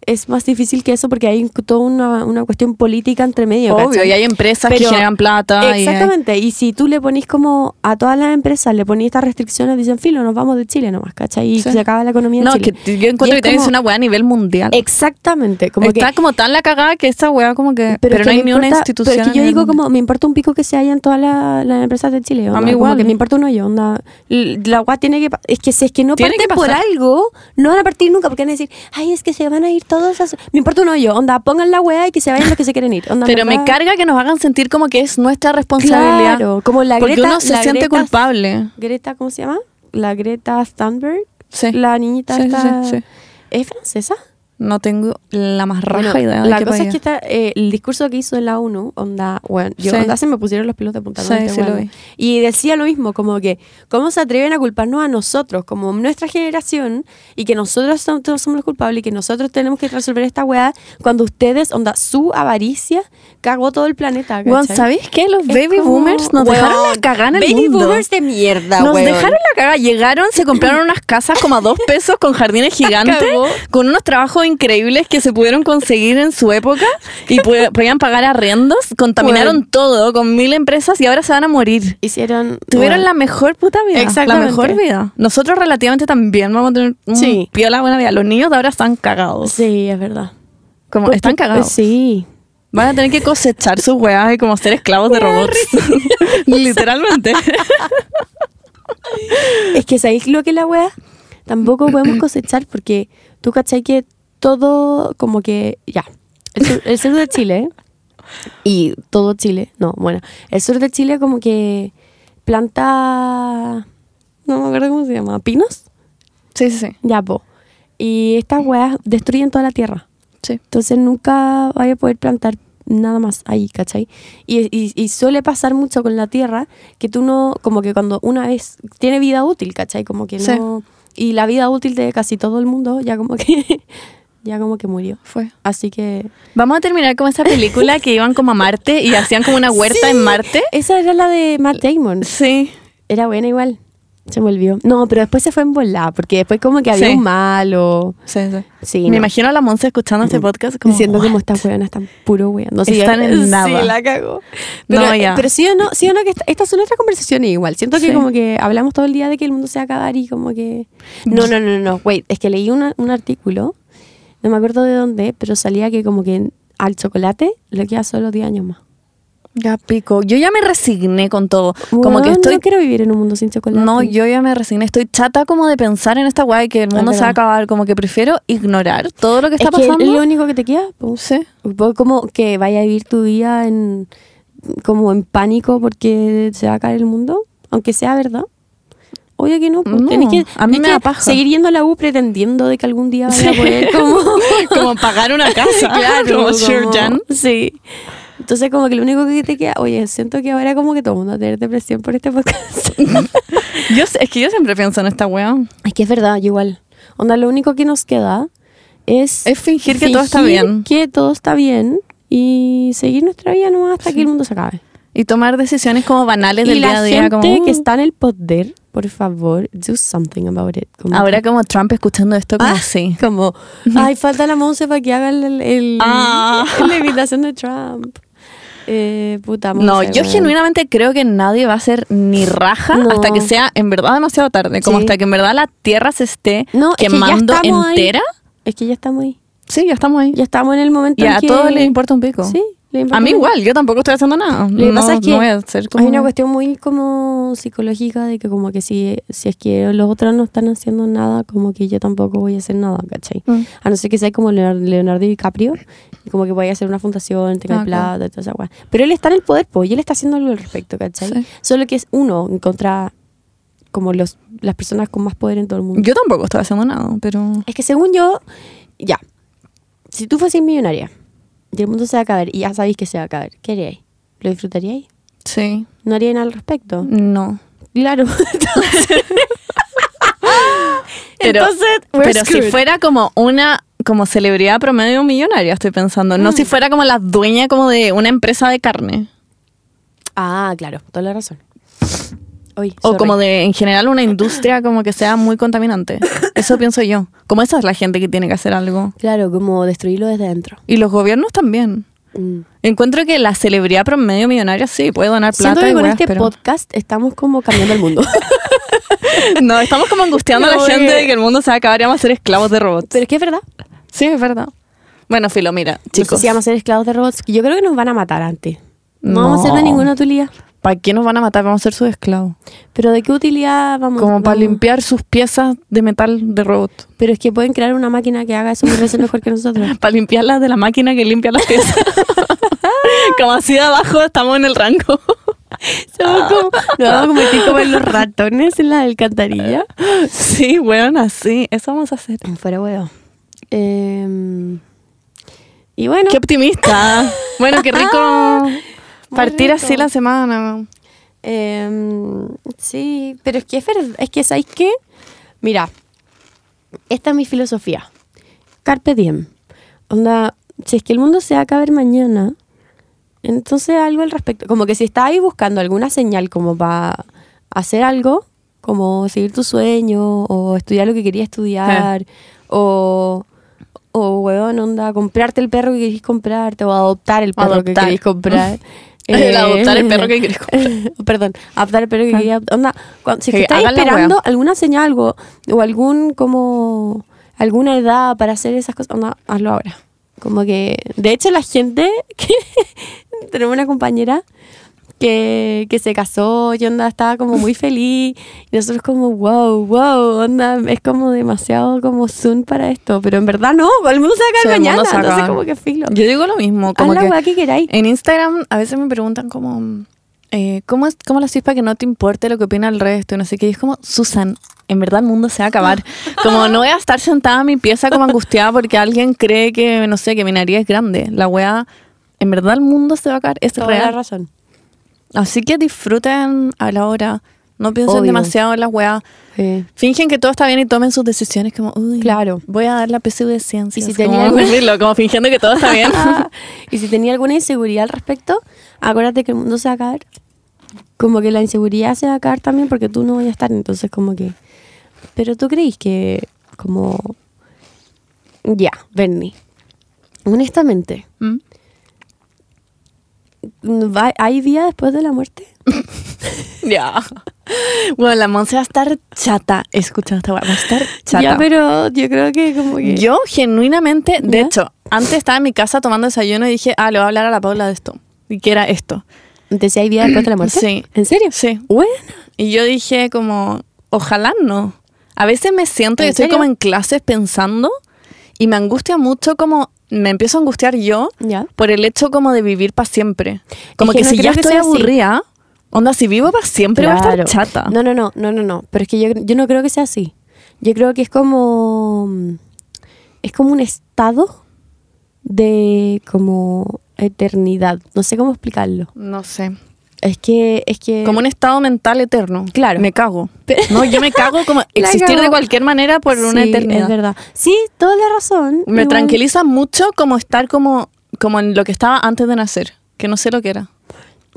Speaker 1: Es más difícil que eso porque hay toda una, una cuestión política entre medio.
Speaker 2: Obvio,
Speaker 1: ¿cachai?
Speaker 2: y hay empresas que
Speaker 1: Pero-
Speaker 2: generan plata. y hay-
Speaker 1: Exactamente, y si tú le ponís como a todas las empresas, le ponís estas restricciones, dicen, filo, nos vamos de Chile nomás, ¿cachai? Y
Speaker 2: Sí.
Speaker 1: se acaba la economía
Speaker 2: No,
Speaker 1: en
Speaker 2: que
Speaker 1: Chile.
Speaker 2: t- yo encuentro
Speaker 1: Y
Speaker 2: que
Speaker 1: es
Speaker 2: también es
Speaker 1: como-
Speaker 2: una weá a nivel mundial.
Speaker 1: Exactamente, como que
Speaker 2: Está como tan la cagada que esta weá como que... Pero,
Speaker 1: es que
Speaker 2: no hay
Speaker 1: me
Speaker 2: ni una
Speaker 1: importa-
Speaker 2: institución.
Speaker 1: Pero es
Speaker 2: a
Speaker 1: que yo
Speaker 2: nivel
Speaker 1: digo
Speaker 2: mundial.
Speaker 1: como, me importa un pico que se haya en todas la- las empresas de Chile. onda, como
Speaker 2: mí igual.
Speaker 1: que me importa un hoyo, onda. L- La guá tiene que... pa- Es que si es que no
Speaker 2: Tiene
Speaker 1: parten
Speaker 2: que
Speaker 1: por
Speaker 2: pasar.
Speaker 1: algo, no van a partir nunca, porque van a decir, ay, es que se van a ir todos a... su-". Me importa un hoyo, onda, pongan la weá y que se vayan los que se quieren ir. onda,
Speaker 2: Pero me
Speaker 1: ¿verdad?
Speaker 2: carga que nos hagan sentir como que es nuestra responsabilidad.
Speaker 1: Claro, como la
Speaker 2: porque
Speaker 1: Greta-
Speaker 2: uno se
Speaker 1: la
Speaker 2: siente
Speaker 1: Greta-
Speaker 2: culpable.
Speaker 1: Greta, ¿cómo se llama? La Greta Thunberg,
Speaker 2: Sí.
Speaker 1: la niñita
Speaker 2: Sí, sí,
Speaker 1: esta-
Speaker 2: sí, sí.
Speaker 1: ¿Es francesa?
Speaker 2: No tengo la más raja
Speaker 1: Bueno,
Speaker 2: idea de
Speaker 1: la
Speaker 2: qué
Speaker 1: cosa
Speaker 2: país
Speaker 1: es que está, eh, el discurso que hizo en la ONU, onda, bueno, yo
Speaker 2: Sí.
Speaker 1: onda se me pusieron los pelos de punta. ¿no?
Speaker 2: Sí,
Speaker 1: Este
Speaker 2: sí lo
Speaker 1: weón.
Speaker 2: vi.
Speaker 1: Y decía lo mismo, como que, ¿cómo se atreven a culparnos a nosotros, como nuestra generación, y que nosotros som- todos somos los culpables y que nosotros tenemos que resolver esta weá cuando ustedes, onda, su avaricia cagó todo el planeta?
Speaker 2: Weón,
Speaker 1: ¿cachai?
Speaker 2: ¿sabéis qué? Los
Speaker 1: Es
Speaker 2: baby
Speaker 1: como,
Speaker 2: boomers nos dejaron
Speaker 1: weón,
Speaker 2: la cagada en el
Speaker 1: Baby
Speaker 2: mundo.
Speaker 1: boomers de mierda,
Speaker 2: nos
Speaker 1: weón.
Speaker 2: dejaron la cagada. Llegaron, se compraron unas casas como a dos pesos con jardines gigantes,
Speaker 1: Cagó.
Speaker 2: con unos trabajos increíbles que se pudieron conseguir en su época y pu- podían pagar arrendos. Contaminaron
Speaker 1: Weón.
Speaker 2: todo con mil empresas y ahora se van a morir.
Speaker 1: Hicieron.
Speaker 2: Tuvieron
Speaker 1: weón.
Speaker 2: la mejor puta vida.
Speaker 1: Exactamente.
Speaker 2: La mejor vida. Nosotros relativamente también vamos a tener un
Speaker 1: Sí.
Speaker 2: piola buena vida. Los niños de ahora están cagados.
Speaker 1: Sí, es verdad.
Speaker 2: Como están cagados.
Speaker 1: Sí.
Speaker 2: Van a tener que cosechar sus weas y como ser esclavos de robots. Literalmente.
Speaker 1: Es que sabéis lo que es la weá. Tampoco podemos cosechar porque tú cachai que todo, como que, ya. El sur, el sur de Chile y todo Chile, no, bueno, el sur de Chile, como que planta. No me acuerdo cómo se llama, pinos,
Speaker 2: Sí, sí, sí.
Speaker 1: ya, po. Y estas weas destruyen toda la tierra.
Speaker 2: Sí.
Speaker 1: Entonces nunca vaya a poder plantar nada más ahí, ¿cachai? Y, y- y suele pasar mucho con la tierra que tú no, como que cuando una vez tiene vida útil, ¿cachai? Como que
Speaker 2: Sí.
Speaker 1: no... Y la vida útil de casi todo el mundo ya como que, ya como que murió.
Speaker 2: Fue.
Speaker 1: Así que...
Speaker 2: Vamos a terminar con esa película que iban como a Marte y hacían como una huerta
Speaker 1: Sí,
Speaker 2: en Marte.
Speaker 1: Esa era la de Matt Damon.
Speaker 2: Sí.
Speaker 1: Era buena igual. Se me olvidó. No, pero después se fue en volar, porque después como que había
Speaker 2: Sí.
Speaker 1: un malo.
Speaker 2: Sí, sí.
Speaker 1: Sí,
Speaker 2: Me
Speaker 1: no.
Speaker 2: imagino a la Monza escuchando este podcast como
Speaker 1: diciendo como
Speaker 2: "What?".
Speaker 1: estas weonas están puro weando.
Speaker 2: Están en nada.
Speaker 1: Sí, la cagó.
Speaker 2: No,
Speaker 1: Pero,
Speaker 2: ya.
Speaker 1: pero sí o no, sí o no que esta- estas son otras conversaciones igual. Siento que
Speaker 2: Sí.
Speaker 1: como que hablamos todo el día de que el mundo se va a acabar y como que... No, no, no, no. Wait, es que leí una- un artículo, no me acuerdo de dónde, pero salía que como que al chocolate le queda solo 10 años más.
Speaker 2: Ya pico. Yo ya me resigné con todo. como
Speaker 1: Weón,
Speaker 2: que estoy.
Speaker 1: No quiero vivir en un mundo sin chocolate.
Speaker 2: No, yo ya me resigné. Estoy chata como de pensar en esta guay que el mundo se va
Speaker 1: verdad.
Speaker 2: a acabar. Como que prefiero ignorar todo lo que está
Speaker 1: es que
Speaker 2: pasando.
Speaker 1: es lo único que te queda. po.
Speaker 2: Sí.
Speaker 1: Vos como que vaya a vivir tu vida en, como en pánico porque se va a caer el mundo, aunque sea verdad. Obvio que no, po.
Speaker 2: No,
Speaker 1: tenés que,
Speaker 2: a mí
Speaker 1: tenés
Speaker 2: me
Speaker 1: que
Speaker 2: da paja.
Speaker 1: seguir yendo a la U pretendiendo de que algún día vaya
Speaker 2: Sí.
Speaker 1: a poder Ah, como...
Speaker 2: Como pagar una casa.
Speaker 1: claro,
Speaker 2: Como
Speaker 1: como-
Speaker 2: Sheridan.
Speaker 1: Sí. Entonces como que lo único que te queda, oye, siento que ahora como que todo el mundo va a tener depresión por este podcast.
Speaker 2: Yo, sé- es que yo siempre pienso en esta weá.
Speaker 1: Es que es verdad, yo igual. Onda, lo único que nos queda es...
Speaker 2: Es fingir que todo está bien.
Speaker 1: Que todo está bien y seguir nuestra vida nomás hasta que el mundo se acabe.
Speaker 2: Y tomar decisiones como banales
Speaker 1: Y
Speaker 2: del día
Speaker 1: la
Speaker 2: a día.
Speaker 1: gente
Speaker 2: como,
Speaker 1: que
Speaker 2: "Uh".
Speaker 1: está en el poder, por favor, do something about it. Como-
Speaker 2: Ahora como Trump escuchando esto como
Speaker 1: Ah,
Speaker 2: así.
Speaker 1: Como, ay, falta la Monse para que haga el, el-
Speaker 2: Ah.
Speaker 1: la invitación de Trump. Eh, puta Monse,
Speaker 2: No, yo
Speaker 1: weón.
Speaker 2: genuinamente creo que nadie va a ser ni raja
Speaker 1: No.
Speaker 2: hasta que sea en verdad demasiado tarde, como
Speaker 1: Sí.
Speaker 2: hasta que en verdad la tierra se esté
Speaker 1: No, es que ya
Speaker 2: quemando
Speaker 1: estamos ahí.
Speaker 2: entera.
Speaker 1: Es que ya estamos ahí.
Speaker 2: Sí, ya estamos ahí.
Speaker 1: Ya estamos en el momento
Speaker 2: Y
Speaker 1: en
Speaker 2: a
Speaker 1: que-
Speaker 2: todos les importa un pico.
Speaker 1: Sí, les importa
Speaker 2: A mí
Speaker 1: un-
Speaker 2: igual, yo tampoco estoy haciendo nada.
Speaker 1: Lo que
Speaker 2: no,
Speaker 1: pasa es que
Speaker 2: no voy a ser como...
Speaker 1: hay una cuestión muy como psicológica de que como que si, si es que los otros no están haciendo nada, como que yo tampoco voy a hacer nada, ¿cachai?
Speaker 2: Mm.
Speaker 1: A no ser que sea como Leonardo, Leonardo DiCaprio, y como que vaya a hacer una fundación, tenga
Speaker 2: Ah,
Speaker 1: plata, toda esa weá. Pero él está en el poder, pues, y él está haciendo algo al respecto, ¿cachai?
Speaker 2: Sí.
Speaker 1: Solo que es uno en contra como los, las personas con más poder en todo el mundo.
Speaker 2: Yo tampoco estoy haciendo nada, pero...
Speaker 1: Es que según yo, ya, si tú fueses millonaria y el mundo se va a acabar y ya sabéis que se va a acabar, ¿qué haríais? ¿Lo disfrutaríais?
Speaker 2: Sí.
Speaker 1: ¿No haríais nada al respecto?
Speaker 2: No.
Speaker 1: Claro. Entonces,
Speaker 2: Pero,
Speaker 1: Entonces, we're
Speaker 2: pero si
Speaker 1: screwed.
Speaker 2: fuera como una como celebridad promedio millonaria, estoy pensando.
Speaker 1: Mm.
Speaker 2: No si fuera como la dueña como de una empresa de carne.
Speaker 1: Ah, claro, toda la razón. Uy,
Speaker 2: O
Speaker 1: sorry.
Speaker 2: como de, en general, una industria como que sea muy contaminante. Eso pienso yo. Como esa es la gente que tiene que hacer algo.
Speaker 1: Claro, como destruirlo desde adentro.
Speaker 2: Y los gobiernos también.
Speaker 1: Mm.
Speaker 2: Encuentro que la celebridad promedio millonaria sí puede donar plata.
Speaker 1: Siento que
Speaker 2: y
Speaker 1: con
Speaker 2: weas,
Speaker 1: este
Speaker 2: pero-
Speaker 1: podcast estamos como cambiando el mundo.
Speaker 2: No, estamos como angustiando a la
Speaker 1: Como
Speaker 2: gente
Speaker 1: que-
Speaker 2: de que el mundo se va a acabar y vamos a ser esclavos de robots.
Speaker 1: Pero es que es verdad.
Speaker 2: Sí, es verdad. Bueno, Filo, mira,
Speaker 1: Chicos.
Speaker 2: chicos.
Speaker 1: si vamos a ser esclavos de robots, yo creo que nos van a matar antes. No, vamos a ser
Speaker 2: No.
Speaker 1: de ninguna utilidad.
Speaker 2: ¿Para qué nos van a matar? Vamos a ser sus esclavos.
Speaker 1: Pero ¿de qué utilidad vamos
Speaker 2: Como para
Speaker 1: vamos?
Speaker 2: limpiar sus piezas de metal de robot.
Speaker 1: Pero es que pueden crear una máquina que haga eso mil veces mejor que nosotros.
Speaker 2: Para limpiarlas de la máquina que limpia las piezas. como así de abajo estamos en el rango.
Speaker 1: Somos como, nos vamos a convertir como en los ratones en la alcantarilla.
Speaker 2: Sí, weón, así. Eso vamos a hacer.
Speaker 1: Fuera huevo. Eh, y bueno,
Speaker 2: Qué optimista. bueno, qué rico partir
Speaker 1: rico.
Speaker 2: así la semana.
Speaker 1: eh, sí, pero es que es verdad, es que ¿sabéis qué? Mira, esta es mi filosofía. Carpe diem. Onda, si es que el mundo se va a acabar mañana, entonces algo al respecto. Como que si estás ahí buscando alguna señal como para hacer algo, como seguir tu sueño, o estudiar lo que querías estudiar,
Speaker 2: Ah.
Speaker 1: o, o weón, onda, comprarte el perro que querís comprarte, o adoptar el perro que
Speaker 2: Adoptar.
Speaker 1: querís comprar.
Speaker 2: El
Speaker 1: Eh,
Speaker 2: adoptar el perro que querís
Speaker 1: Perdón, adoptar el perro que querías adoptar. Onda, cuan- si es que
Speaker 2: Ah. Que
Speaker 1: estás
Speaker 2: hagan la wea.
Speaker 1: esperando alguna señal algo, o algún como alguna edad para hacer esas cosas, onda, hazlo ahora. Como que, de hecho, la gente que tenemos una compañera que, que se casó y onda estaba como muy feliz y nosotros como wow, wow, onda es como demasiado como soon para esto, pero en verdad no, el mundo se va a
Speaker 2: Sí,
Speaker 1: caer
Speaker 2: el mundo
Speaker 1: mañana,
Speaker 2: se
Speaker 1: entonces
Speaker 2: acaba.
Speaker 1: como que filo.
Speaker 2: Yo digo lo mismo.
Speaker 1: Haz
Speaker 2: Como
Speaker 1: la
Speaker 2: que
Speaker 1: weá que queráis.
Speaker 2: en Instagram a veces me preguntan como... eh, ¿cómo, es, ¿Cómo lo haces para que no te importe lo que opina el resto? Y no sé qué. Y es como, Susan, en verdad el mundo se va a acabar. Como no voy a estar sentada en mi pieza como angustiada porque alguien cree que, no sé, que mi nariz es grande. La wea, en verdad el mundo se va a acabar. Es
Speaker 1: Toda la
Speaker 2: real.
Speaker 1: razón.
Speaker 2: Así que disfruten a la hora. No piensen
Speaker 1: Obvio.
Speaker 2: demasiado en las weas.
Speaker 1: Sí.
Speaker 2: Fingen que todo está bien y tomen sus decisiones como, uy,
Speaker 1: Claro.
Speaker 2: voy a dar la PSU de ciencias.
Speaker 1: Y si
Speaker 2: como,
Speaker 1: tenía alguna-
Speaker 2: decirlo, como fingiendo que todo está bien.
Speaker 1: y si tenía alguna inseguridad al respecto, acuérdate que el mundo se va a caer. Como que la inseguridad se va a caer también porque tú no vas a estar, entonces como que... Pero tú creís que como... Ya, Bernie. Honestamente,
Speaker 2: Mm.
Speaker 1: ¿va- ¿hay vida después de la muerte?
Speaker 2: Ya. Bueno, la Monse va a estar chata escuchando esta weá. Va a estar chata.
Speaker 1: Ya, pero yo creo que como que...
Speaker 2: Yo genuinamente, de
Speaker 1: ¿Ya?
Speaker 2: hecho, antes estaba en mi casa tomando desayuno y dije, ah, le voy a hablar a la Paula de esto. Y que era esto.
Speaker 1: ¿Te si hay vida después de la muerte?
Speaker 2: Sí.
Speaker 1: ¿En serio?
Speaker 2: Sí.
Speaker 1: Bueno.
Speaker 2: Y yo dije como, ojalá no. A veces me siento y
Speaker 1: ¿En
Speaker 2: estoy
Speaker 1: serio?
Speaker 2: como en clases pensando y me angustia mucho como, me empiezo a angustiar yo
Speaker 1: Ya.
Speaker 2: por el hecho como de vivir para siempre. Como
Speaker 1: que
Speaker 2: que,
Speaker 1: no
Speaker 2: si
Speaker 1: creo
Speaker 2: ya
Speaker 1: que
Speaker 2: estoy
Speaker 1: sea así.
Speaker 2: aburrida, onda, si vivo para siempre va a
Speaker 1: Claro.
Speaker 2: estar chata.
Speaker 1: No, no, no, no, no, no. Pero es que yo, yo no creo que sea así. Yo creo que es como. mm, Es como un estado de como eternidad. No sé cómo explicarlo.
Speaker 2: No sé.
Speaker 1: Es que, es que.
Speaker 2: Como un estado mental eterno.
Speaker 1: Eh, Claro.
Speaker 2: Me cago.
Speaker 1: Pero-
Speaker 2: No, yo me cago como existir de
Speaker 1: cago.
Speaker 2: cualquier manera por una
Speaker 1: Sí,
Speaker 2: eternidad.
Speaker 1: Es verdad. Sí, toda la razón.
Speaker 2: Me
Speaker 1: Igual-
Speaker 2: tranquiliza mucho como estar como, como en lo que estaba antes de nacer, que no sé lo que era.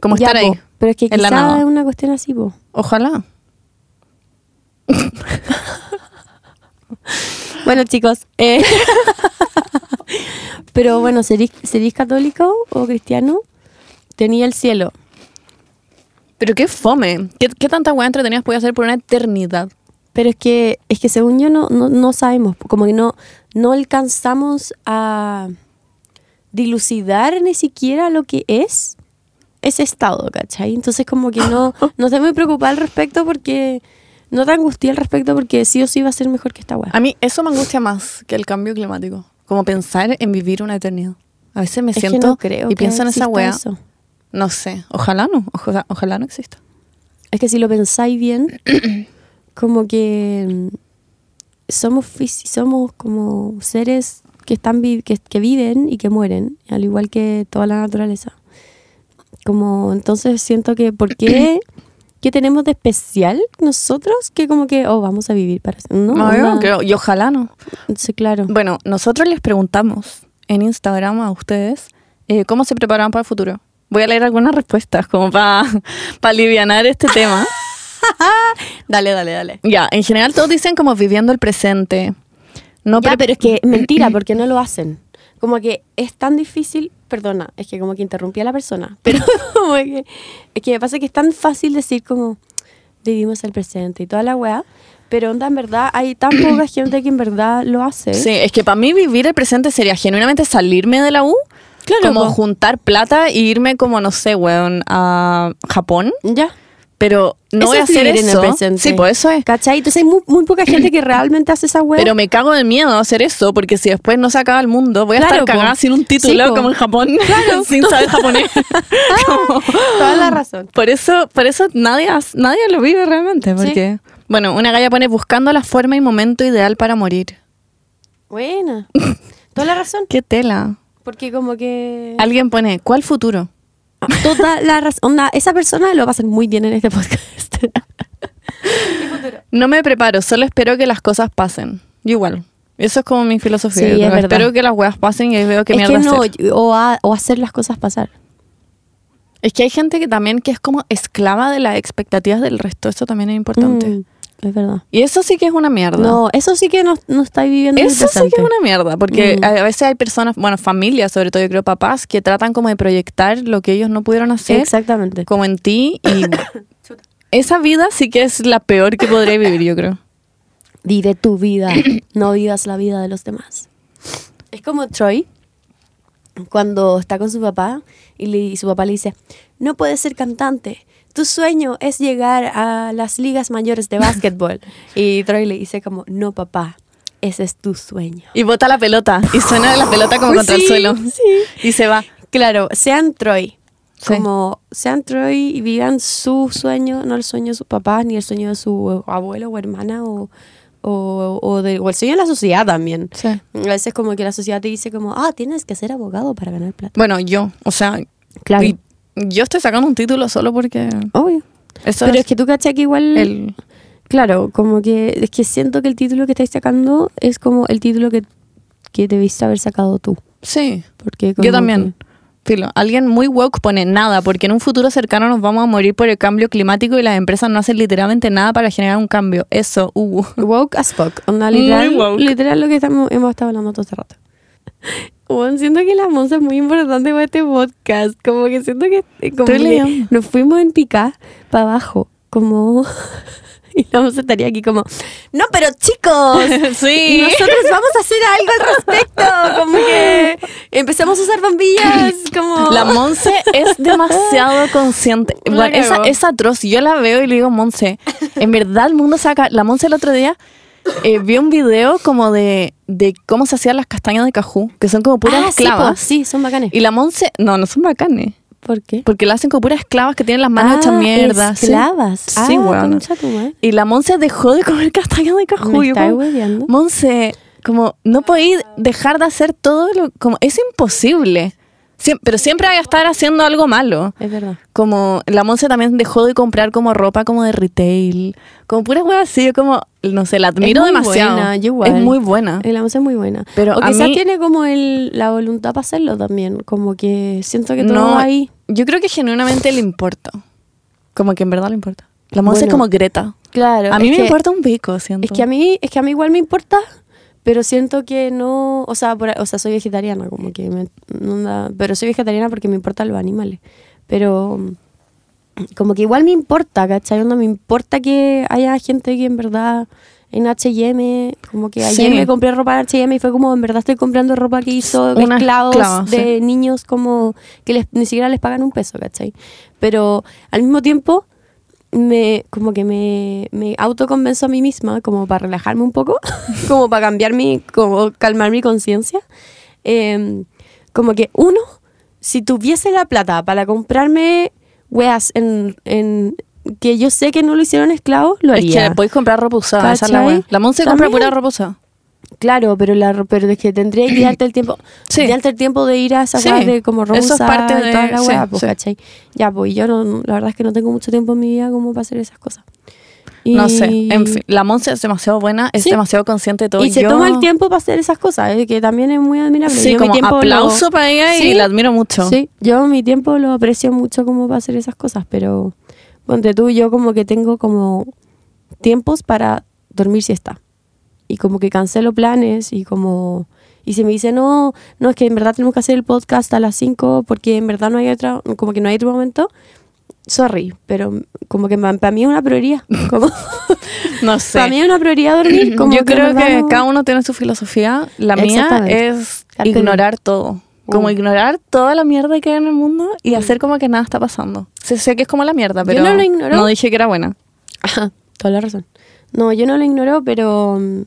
Speaker 2: Como
Speaker 1: Ya,
Speaker 2: estar ahí.
Speaker 1: po, Pero es que
Speaker 2: en la
Speaker 1: quizá
Speaker 2: nada.
Speaker 1: es una cuestión así, po.
Speaker 2: Ojalá.
Speaker 1: Bueno, chicos. eh, Pero bueno, ¿serís, serís católico o cristiano? Tenía el cielo.
Speaker 2: Pero qué fome. ¿Qué, qué tanta hueá entretenidas podía hacer por una eternidad?
Speaker 1: Pero es que, es que según yo no, no, no sabemos, como que no, no alcanzamos a dilucidar ni siquiera lo que es ese estado, ¿cachai? Entonces como que no, no estoy muy preocupada al respecto porque no te angustia al respecto porque sí o sí va a ser mejor que esta weá.
Speaker 2: A mí eso me angustia más que el cambio climático. Como pensar en vivir una eternidad. A veces me
Speaker 1: Es que
Speaker 2: siento
Speaker 1: no creo
Speaker 2: y
Speaker 1: que
Speaker 2: pienso en esa
Speaker 1: exista
Speaker 2: hueá.
Speaker 1: eso.
Speaker 2: No sé. Ojalá no. Ojalá, ojalá no exista.
Speaker 1: Es que si lo pensáis bien, como que mm, somos, fisi- somos como seres que, están vi- que, que viven y que mueren, al igual que toda la naturaleza. Como entonces siento que, ¿por qué? ¿Qué tenemos de especial nosotros? Que como que, oh, vamos a vivir para siempre. No,
Speaker 2: No, yo no
Speaker 1: onda.
Speaker 2: creo. Y ojalá no.
Speaker 1: Sí, claro.
Speaker 2: Bueno, nosotros les preguntamos en Instagram a ustedes eh, cómo se preparaban para el futuro. Voy a leer algunas respuestas como para alivianar este tema.
Speaker 1: Dale, dale, dale.
Speaker 2: Ya, en general todos dicen como viviendo el presente. No,
Speaker 1: ya,
Speaker 2: pre-
Speaker 1: pero es que mentira, porque no lo hacen. Como que es tan difícil, perdona, es que como que interrumpí a la persona, pero como que, es que me pasa que es tan fácil decir como vivimos el presente y toda la weá, pero onda en verdad hay tan poca gente que en verdad lo hace.
Speaker 2: Sí, es que para mí vivir el presente sería genuinamente salirme de la U,
Speaker 1: Claro, pues,
Speaker 2: como
Speaker 1: po.
Speaker 2: juntar plata e irme como, no sé, weón, a Japón,
Speaker 1: Ya.
Speaker 2: pero no voy a
Speaker 1: es
Speaker 2: hacer
Speaker 1: vivir en el
Speaker 2: eso.
Speaker 1: presente.
Speaker 2: Sí, pues eso es.
Speaker 1: ¿Cachai? Entonces hay muy, muy poca gente que realmente hace esa weá.
Speaker 2: Pero me cago de miedo a hacer eso, porque si después no se acaba el mundo, voy a
Speaker 1: Claro,
Speaker 2: estar cagada
Speaker 1: po.
Speaker 2: sin un título
Speaker 1: Sí, po. Ah,
Speaker 2: como en Japón, sin saber japonés. Como-
Speaker 1: Toda la razón.
Speaker 2: por eso, por eso nadie, hace- nadie lo vive realmente, porque bueno, una galla pone buscando la forma y momento ideal para morir.
Speaker 1: Buena. Toda la razón.
Speaker 2: Qué tela.
Speaker 1: Porque como que...
Speaker 2: Alguien pone, ¿cuál futuro?
Speaker 1: Toda la razón. Onda, esa persona lo va a hacer muy bien en este podcast.
Speaker 2: No me preparo, solo espero que las cosas pasen. Yo igual. Eso es como mi filosofía.
Speaker 1: Sí,
Speaker 2: yo
Speaker 1: es
Speaker 2: creo.
Speaker 1: verdad.
Speaker 2: espero que las weas pasen y ahí veo qué
Speaker 1: es
Speaker 2: mierda
Speaker 1: que no,
Speaker 2: hacer.
Speaker 1: o, a- o hacer las cosas pasar.
Speaker 2: Es que hay gente que también que es como esclava de las expectativas del resto. Eso también es importante.
Speaker 1: Mm, es verdad.
Speaker 2: Y eso sí que es una mierda.
Speaker 1: No, eso sí que no, no estáis viviendo en el
Speaker 2: Eso sí
Speaker 1: presente.
Speaker 2: que es una mierda, porque
Speaker 1: Mm.
Speaker 2: a a veces hay personas, bueno, familias, sobre todo yo creo papás, que tratan como de proyectar lo que ellos no pudieron hacer
Speaker 1: Exactamente.
Speaker 2: como en ti y esa vida sí que es la peor que podría vivir, yo creo.
Speaker 1: Vive tu vida, no vivas la vida de los demás. Es como Troy cuando está con su papá y, le- y su papá le dice, no puedes ser cantante, tu sueño es llegar a las ligas mayores de básquetbol. y Troy le dice como, no papá, ese es tu sueño.
Speaker 2: Y bota la pelota y suena la pelota como contra el
Speaker 1: Sí,
Speaker 2: suelo
Speaker 1: sí.
Speaker 2: y se va.
Speaker 1: Claro, sean Troy.
Speaker 2: Sí.
Speaker 1: Como sean Troy y vivan su sueño, no el sueño de sus papás, ni el sueño de su abuelo o hermana, o, o, o de- o el sueño de la sociedad también.
Speaker 2: Sí.
Speaker 1: A veces como que la sociedad te dice como, ah, tienes que ser abogado para ganar plata.
Speaker 2: Bueno, yo, o sea,
Speaker 1: Claro.
Speaker 2: y- yo estoy sacando un título solo porque
Speaker 1: Obvio.
Speaker 2: eso
Speaker 1: Pero
Speaker 2: es
Speaker 1: es que tú cachas que igual...
Speaker 2: el
Speaker 1: Claro, como que es que siento que el título que estáis sacando es como el título que, que debiste haber sacado tú.
Speaker 2: sí.
Speaker 1: Porque como
Speaker 2: Yo también. Filo, alguien muy woke pone nada, porque en un futuro cercano nos vamos a morir por el cambio climático y las empresas no hacen literalmente nada para generar un cambio. Eso, uh.
Speaker 1: que- woke as fuck. Onda,
Speaker 2: Muy
Speaker 1: literal,
Speaker 2: woke.
Speaker 1: literal lo que estamos, hemos estado hablando todo este rato. Bueno, siento que la monza es muy importante para este podcast. Como que siento que eh, como que
Speaker 2: Estoy leyendo.
Speaker 1: nos fuimos en pica para abajo. como... Y la Monse estaría aquí como, no, pero chicos,
Speaker 2: Sí.
Speaker 1: nosotros vamos a hacer algo al respecto. Como que empezamos a usar bombillas, como... "Ah,
Speaker 2: La Monse es demasiado consciente.
Speaker 1: La
Speaker 2: Bueno, esa,
Speaker 1: cagó.
Speaker 2: es atroz. Yo la veo y le digo, Monse, en verdad el mundo saca. La Monse el otro día eh, vio un video como de, de cómo se hacían las castañas de cajú, que son como puras
Speaker 1: Ah, sí, po,
Speaker 2: esclavas.
Speaker 1: sí, son bacanes.
Speaker 2: Y la Monse, no, no son bacanes.
Speaker 1: ¿Por qué?
Speaker 2: Porque la hacen como puras esclavas que tienen las manos
Speaker 1: Ah,
Speaker 2: hechas mierda. sí.
Speaker 1: esclavas.
Speaker 2: Sí,
Speaker 1: Ah,
Speaker 2: weona.
Speaker 1: concha tu madre.
Speaker 2: Y la Monse dejó de comer castañas de cajú.
Speaker 1: Me
Speaker 2: Yo
Speaker 1: estáis
Speaker 2: como,
Speaker 1: hueveando.
Speaker 2: Monse, como no podéis dejar de hacer todo lo... Como, es imposible. Siem- pero siempre hay que estar haciendo algo malo.
Speaker 1: Es verdad.
Speaker 2: Como la Monse también dejó de comprar como ropa como de retail. Como puras weas así. Yo como, no sé, la admiro
Speaker 1: muy
Speaker 2: demasiado.
Speaker 1: buena, yo igual.
Speaker 2: Es muy buena.
Speaker 1: Y La música es muy buena.
Speaker 2: Pero
Speaker 1: o
Speaker 2: a
Speaker 1: quizás
Speaker 2: mí-
Speaker 1: tiene como el, la voluntad para hacerlo también. Como que siento que todo
Speaker 2: no,
Speaker 1: ahí.
Speaker 2: yo creo que genuinamente le importa. Como que en verdad le importa. La Monse es
Speaker 1: Bueno.
Speaker 2: como Greta.
Speaker 1: Claro.
Speaker 2: a mí me importa un pico, siento.
Speaker 1: Es que a mí, es que a mí igual me importa, pero siento que no. O sea, por- o sea soy vegetariana, como que me- no da- Pero soy vegetariana porque me importan los animales. Pero mm, como que igual me importa, ¿cachai? No me importa que haya gente que en verdad. En HM, como que ayer
Speaker 2: Sí.
Speaker 1: me compré ropa de HM y fue como, en verdad estoy comprando ropa que hizo
Speaker 2: Una
Speaker 1: esclavos
Speaker 2: esclava, sí.
Speaker 1: de niños como que les, ni siquiera les pagan un peso, ¿cachai? Pero al mismo tiempo, me, como que me, me autoconvenzo a mí misma, como para relajarme un poco, como para cambiar mi, como calmar mi conciencia. Eh, como que uno, si tuviese la plata para comprarme weas en, en- que yo sé que no lo hicieron esclavos, lo
Speaker 2: Es
Speaker 1: haría.
Speaker 2: que podéis comprar ropa usada, esa es la
Speaker 1: ¿Cachai?
Speaker 2: wea. La Monse compra
Speaker 1: También.
Speaker 2: pura ropa usada.
Speaker 1: Claro, pero la ro- pero es que tendría que darte el tiempo,
Speaker 2: Sí.
Speaker 1: darte el tiempo de ir a esa
Speaker 2: Sí.
Speaker 1: weá de como rosa
Speaker 2: Eso es parte
Speaker 1: y toda
Speaker 2: de-
Speaker 1: la
Speaker 2: sí,
Speaker 1: weá, pues,
Speaker 2: sí.
Speaker 1: ¿cachai? Ya, pues yo no, la verdad es que no tengo mucho tiempo en mi vida como para hacer esas cosas. Y-
Speaker 2: No sé, en fin. La Monse es demasiado buena, es
Speaker 1: Sí.
Speaker 2: demasiado consciente de todo.
Speaker 1: Y se
Speaker 2: Yo-
Speaker 1: toma el tiempo para hacer esas cosas, eh, que también es muy admirable.
Speaker 2: Sí,
Speaker 1: yo mi
Speaker 2: como
Speaker 1: tiempo lo-
Speaker 2: aplauso para ella y
Speaker 1: Sí.
Speaker 2: la admiro mucho.
Speaker 1: Sí, yo mi tiempo lo aprecio mucho como para hacer esas cosas, pero ponte tú, yo como que tengo como tiempos para dormir siesta. Y como que cancelo planes y como... Y se me dice, no, no, es que en verdad tenemos que hacer el podcast a las 5 porque en verdad no hay otra, como que no hay otro momento. Sorry, pero como que para mí es una prioridad. Como,
Speaker 2: No sé.
Speaker 1: Para mí es una prioridad dormir. Como
Speaker 2: Yo
Speaker 1: que en
Speaker 2: creo
Speaker 1: verdad
Speaker 2: que
Speaker 1: no-
Speaker 2: cada uno tiene su filosofía. La mía
Speaker 1: Exactamente.
Speaker 2: es
Speaker 1: Carpe diem.
Speaker 2: ignorar todo. Como
Speaker 1: Mm.
Speaker 2: ignorar toda la mierda que hay en el mundo y hacer como que nada está pasando. Sí, sé que es como la mierda, pero
Speaker 1: no lo ignoro.
Speaker 2: Mm. no dije que era buena.
Speaker 1: Ajá, toda la razón. No, yo no lo ignoro, pero. mm,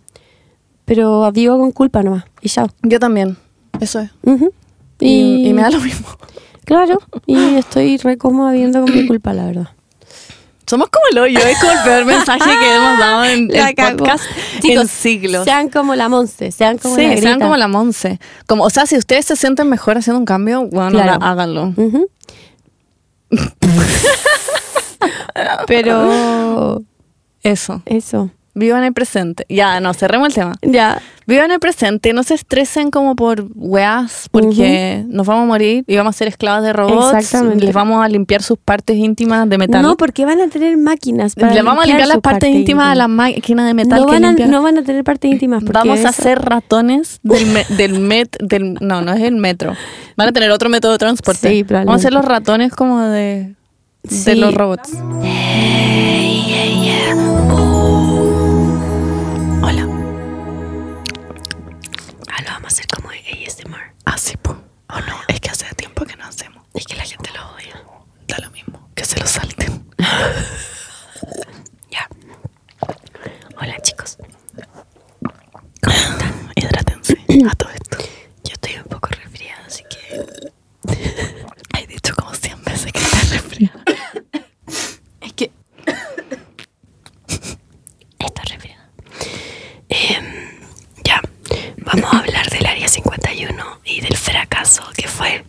Speaker 1: Pero vivo con culpa nomás. Y chao.
Speaker 2: Yo también. Eso es.
Speaker 1: Ujú.
Speaker 2: Y, y me da lo mismo.
Speaker 1: Claro, y estoy re cómoda viviendo con mi culpa, la verdad.
Speaker 2: Somos como el hoyo, es como el peor mensaje que hemos dado en
Speaker 1: La
Speaker 2: el
Speaker 1: cagó.
Speaker 2: podcast
Speaker 1: Chicos,
Speaker 2: en siglos.
Speaker 1: Sean como la Monse, sean como
Speaker 2: Sí,
Speaker 1: la
Speaker 2: sean
Speaker 1: Greta.
Speaker 2: como la Monse. Como, o sea, si ustedes se sienten mejor haciendo un cambio, bueno,
Speaker 1: Claro.
Speaker 2: la- háganlo.
Speaker 1: Ujú. Pero.
Speaker 2: Eso.
Speaker 1: Eso.
Speaker 2: Vivan el presente. Ya, no, cerremos el tema.
Speaker 1: Ya.
Speaker 2: Vivan el presente, no se estresen como por weas, porque nos vamos a morir y vamos a ser esclavas de robots.
Speaker 1: Exactamente.
Speaker 2: Les vamos a limpiar sus partes íntimas de metal.
Speaker 1: No, porque van a tener máquinas. Para
Speaker 2: Les vamos a limpiar las
Speaker 1: su
Speaker 2: partes
Speaker 1: parte
Speaker 2: íntimas
Speaker 1: íntima.
Speaker 2: a las máquinas de metal
Speaker 1: no
Speaker 2: que
Speaker 1: van, a,
Speaker 2: limpian.
Speaker 1: no van a tener partes íntimas. porque
Speaker 2: Vamos a
Speaker 1: eso-
Speaker 2: hacer ratones del, me- del met, del, no, no es el metro. Van a tener otro método de transporte.
Speaker 1: Sí,
Speaker 2: Vamos a hacer
Speaker 1: probablemente.
Speaker 2: los ratones como de, de
Speaker 1: Sí.
Speaker 2: los robots. Hola.
Speaker 1: Ah, lo vamos a hacer como ASMR.
Speaker 2: Así, po. O no, es que hace tiempo que no hacemos.
Speaker 1: Es que la gente lo odia.
Speaker 2: Da lo mismo, que se lo salten.
Speaker 1: Ya. Hola chicos,
Speaker 2: Hidrátense a todo esto.
Speaker 1: yo estoy un poco resfriada, así que...
Speaker 2: He dicho como 100 veces que está resfriada.
Speaker 1: Es que... Estoy resfriada. Em, ya, vamos a hablar del Área 51 y del fracaso que fue...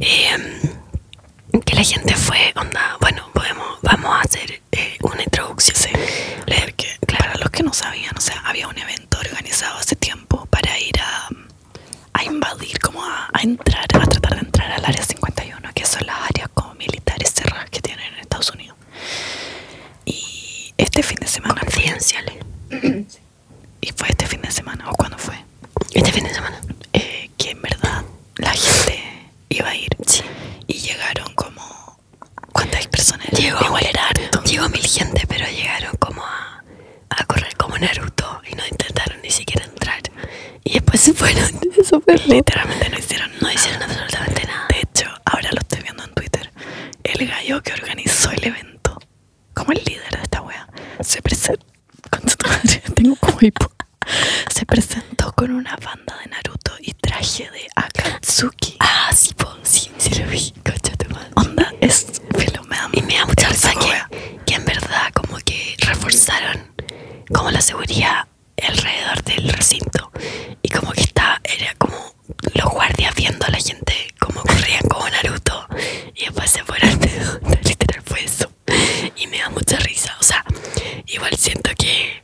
Speaker 1: em, que la gente fue... Onda, bueno, podemos, vamos a hacer eh, una introducción.
Speaker 5: Porque para los que no sabían, o sea, había un evento organizado hace tiempo para ir a, a invadir, como a, a entrar, a tratar de entrar al área 51, que son las áreas como militares cerradas que tienen en Estados Unidos. Y este fin de semana. Confidenciales. Y fue este fin de semana, o cuándo fue,
Speaker 1: Este fin de semana.
Speaker 5: eh, que en verdad la gente iba a ir. Y llegaron como. ¿Cuántas personas? Llegó, Igual era harto. llegó mil gente, pero llegaron como a, a correr como Naruto y no intentaron ni siquiera entrar. Y después se fueron. Eso fue lo-
Speaker 2: Literalmente no hicieron
Speaker 5: No hicieron absolutamente nada.
Speaker 2: Ah. De hecho, ahora lo estoy viendo en Twitter. El gallo que organizó el evento, como el líder de esta wea, se presentó. Tengo como hipo. Se presentó con una banda de Naruto y traje de Akatsuki.
Speaker 5: Ah, sí, po, sí, sí lo vi. Concha tu madre.
Speaker 2: Onda es filo, me da
Speaker 5: Y me da mucha risa
Speaker 2: esa wea.
Speaker 5: que, que en verdad como que reforzaron como la seguridad alrededor del recinto. Y como que está, era como los guardias viendo a la gente como corrían como Naruto. Y después se fueron. Literal fue eso. Y me da mucha risa. O sea, igual siento que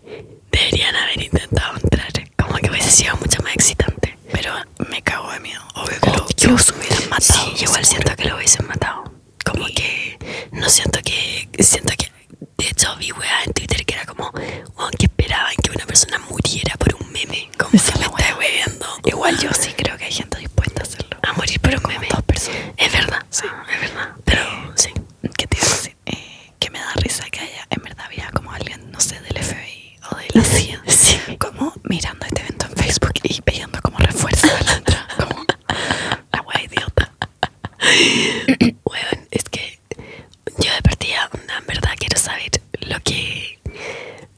Speaker 5: deberían haber intentado entrar. Como que hubiese sido mucho más excitante. Oh,
Speaker 2: Pero me cago de miedo. Obvio que lo-
Speaker 5: Obvio.
Speaker 2: que los hubieran matado.
Speaker 5: Sí, igual siento que lo hubiesen matado. Como que no siento que. Siento que. De hecho, vi weá en Twitter que era como. Weón, que esperaban que una persona muriera por un meme. Como
Speaker 2: Esa
Speaker 5: que me
Speaker 2: la weá.
Speaker 5: está hueviando.
Speaker 2: Igual yo sí creo que hay gente dispuesta a hacerlo.
Speaker 5: A morir por un
Speaker 2: como
Speaker 5: meme.
Speaker 2: dos personas. Eh,
Speaker 5: Es verdad. Ah, es verdad. Pero sí.
Speaker 2: ¿Qué te iba a decir? Eh, que me da risa que haya, en verdad había como alguien, no sé, del FBI o de la CIA, como mirando este evento en Facebook y pidiendo como refuerzo a la entrada, como la wea idiota.
Speaker 5: Weón, es que. Yo de partida, onda, en verdad, quiero saber lo que.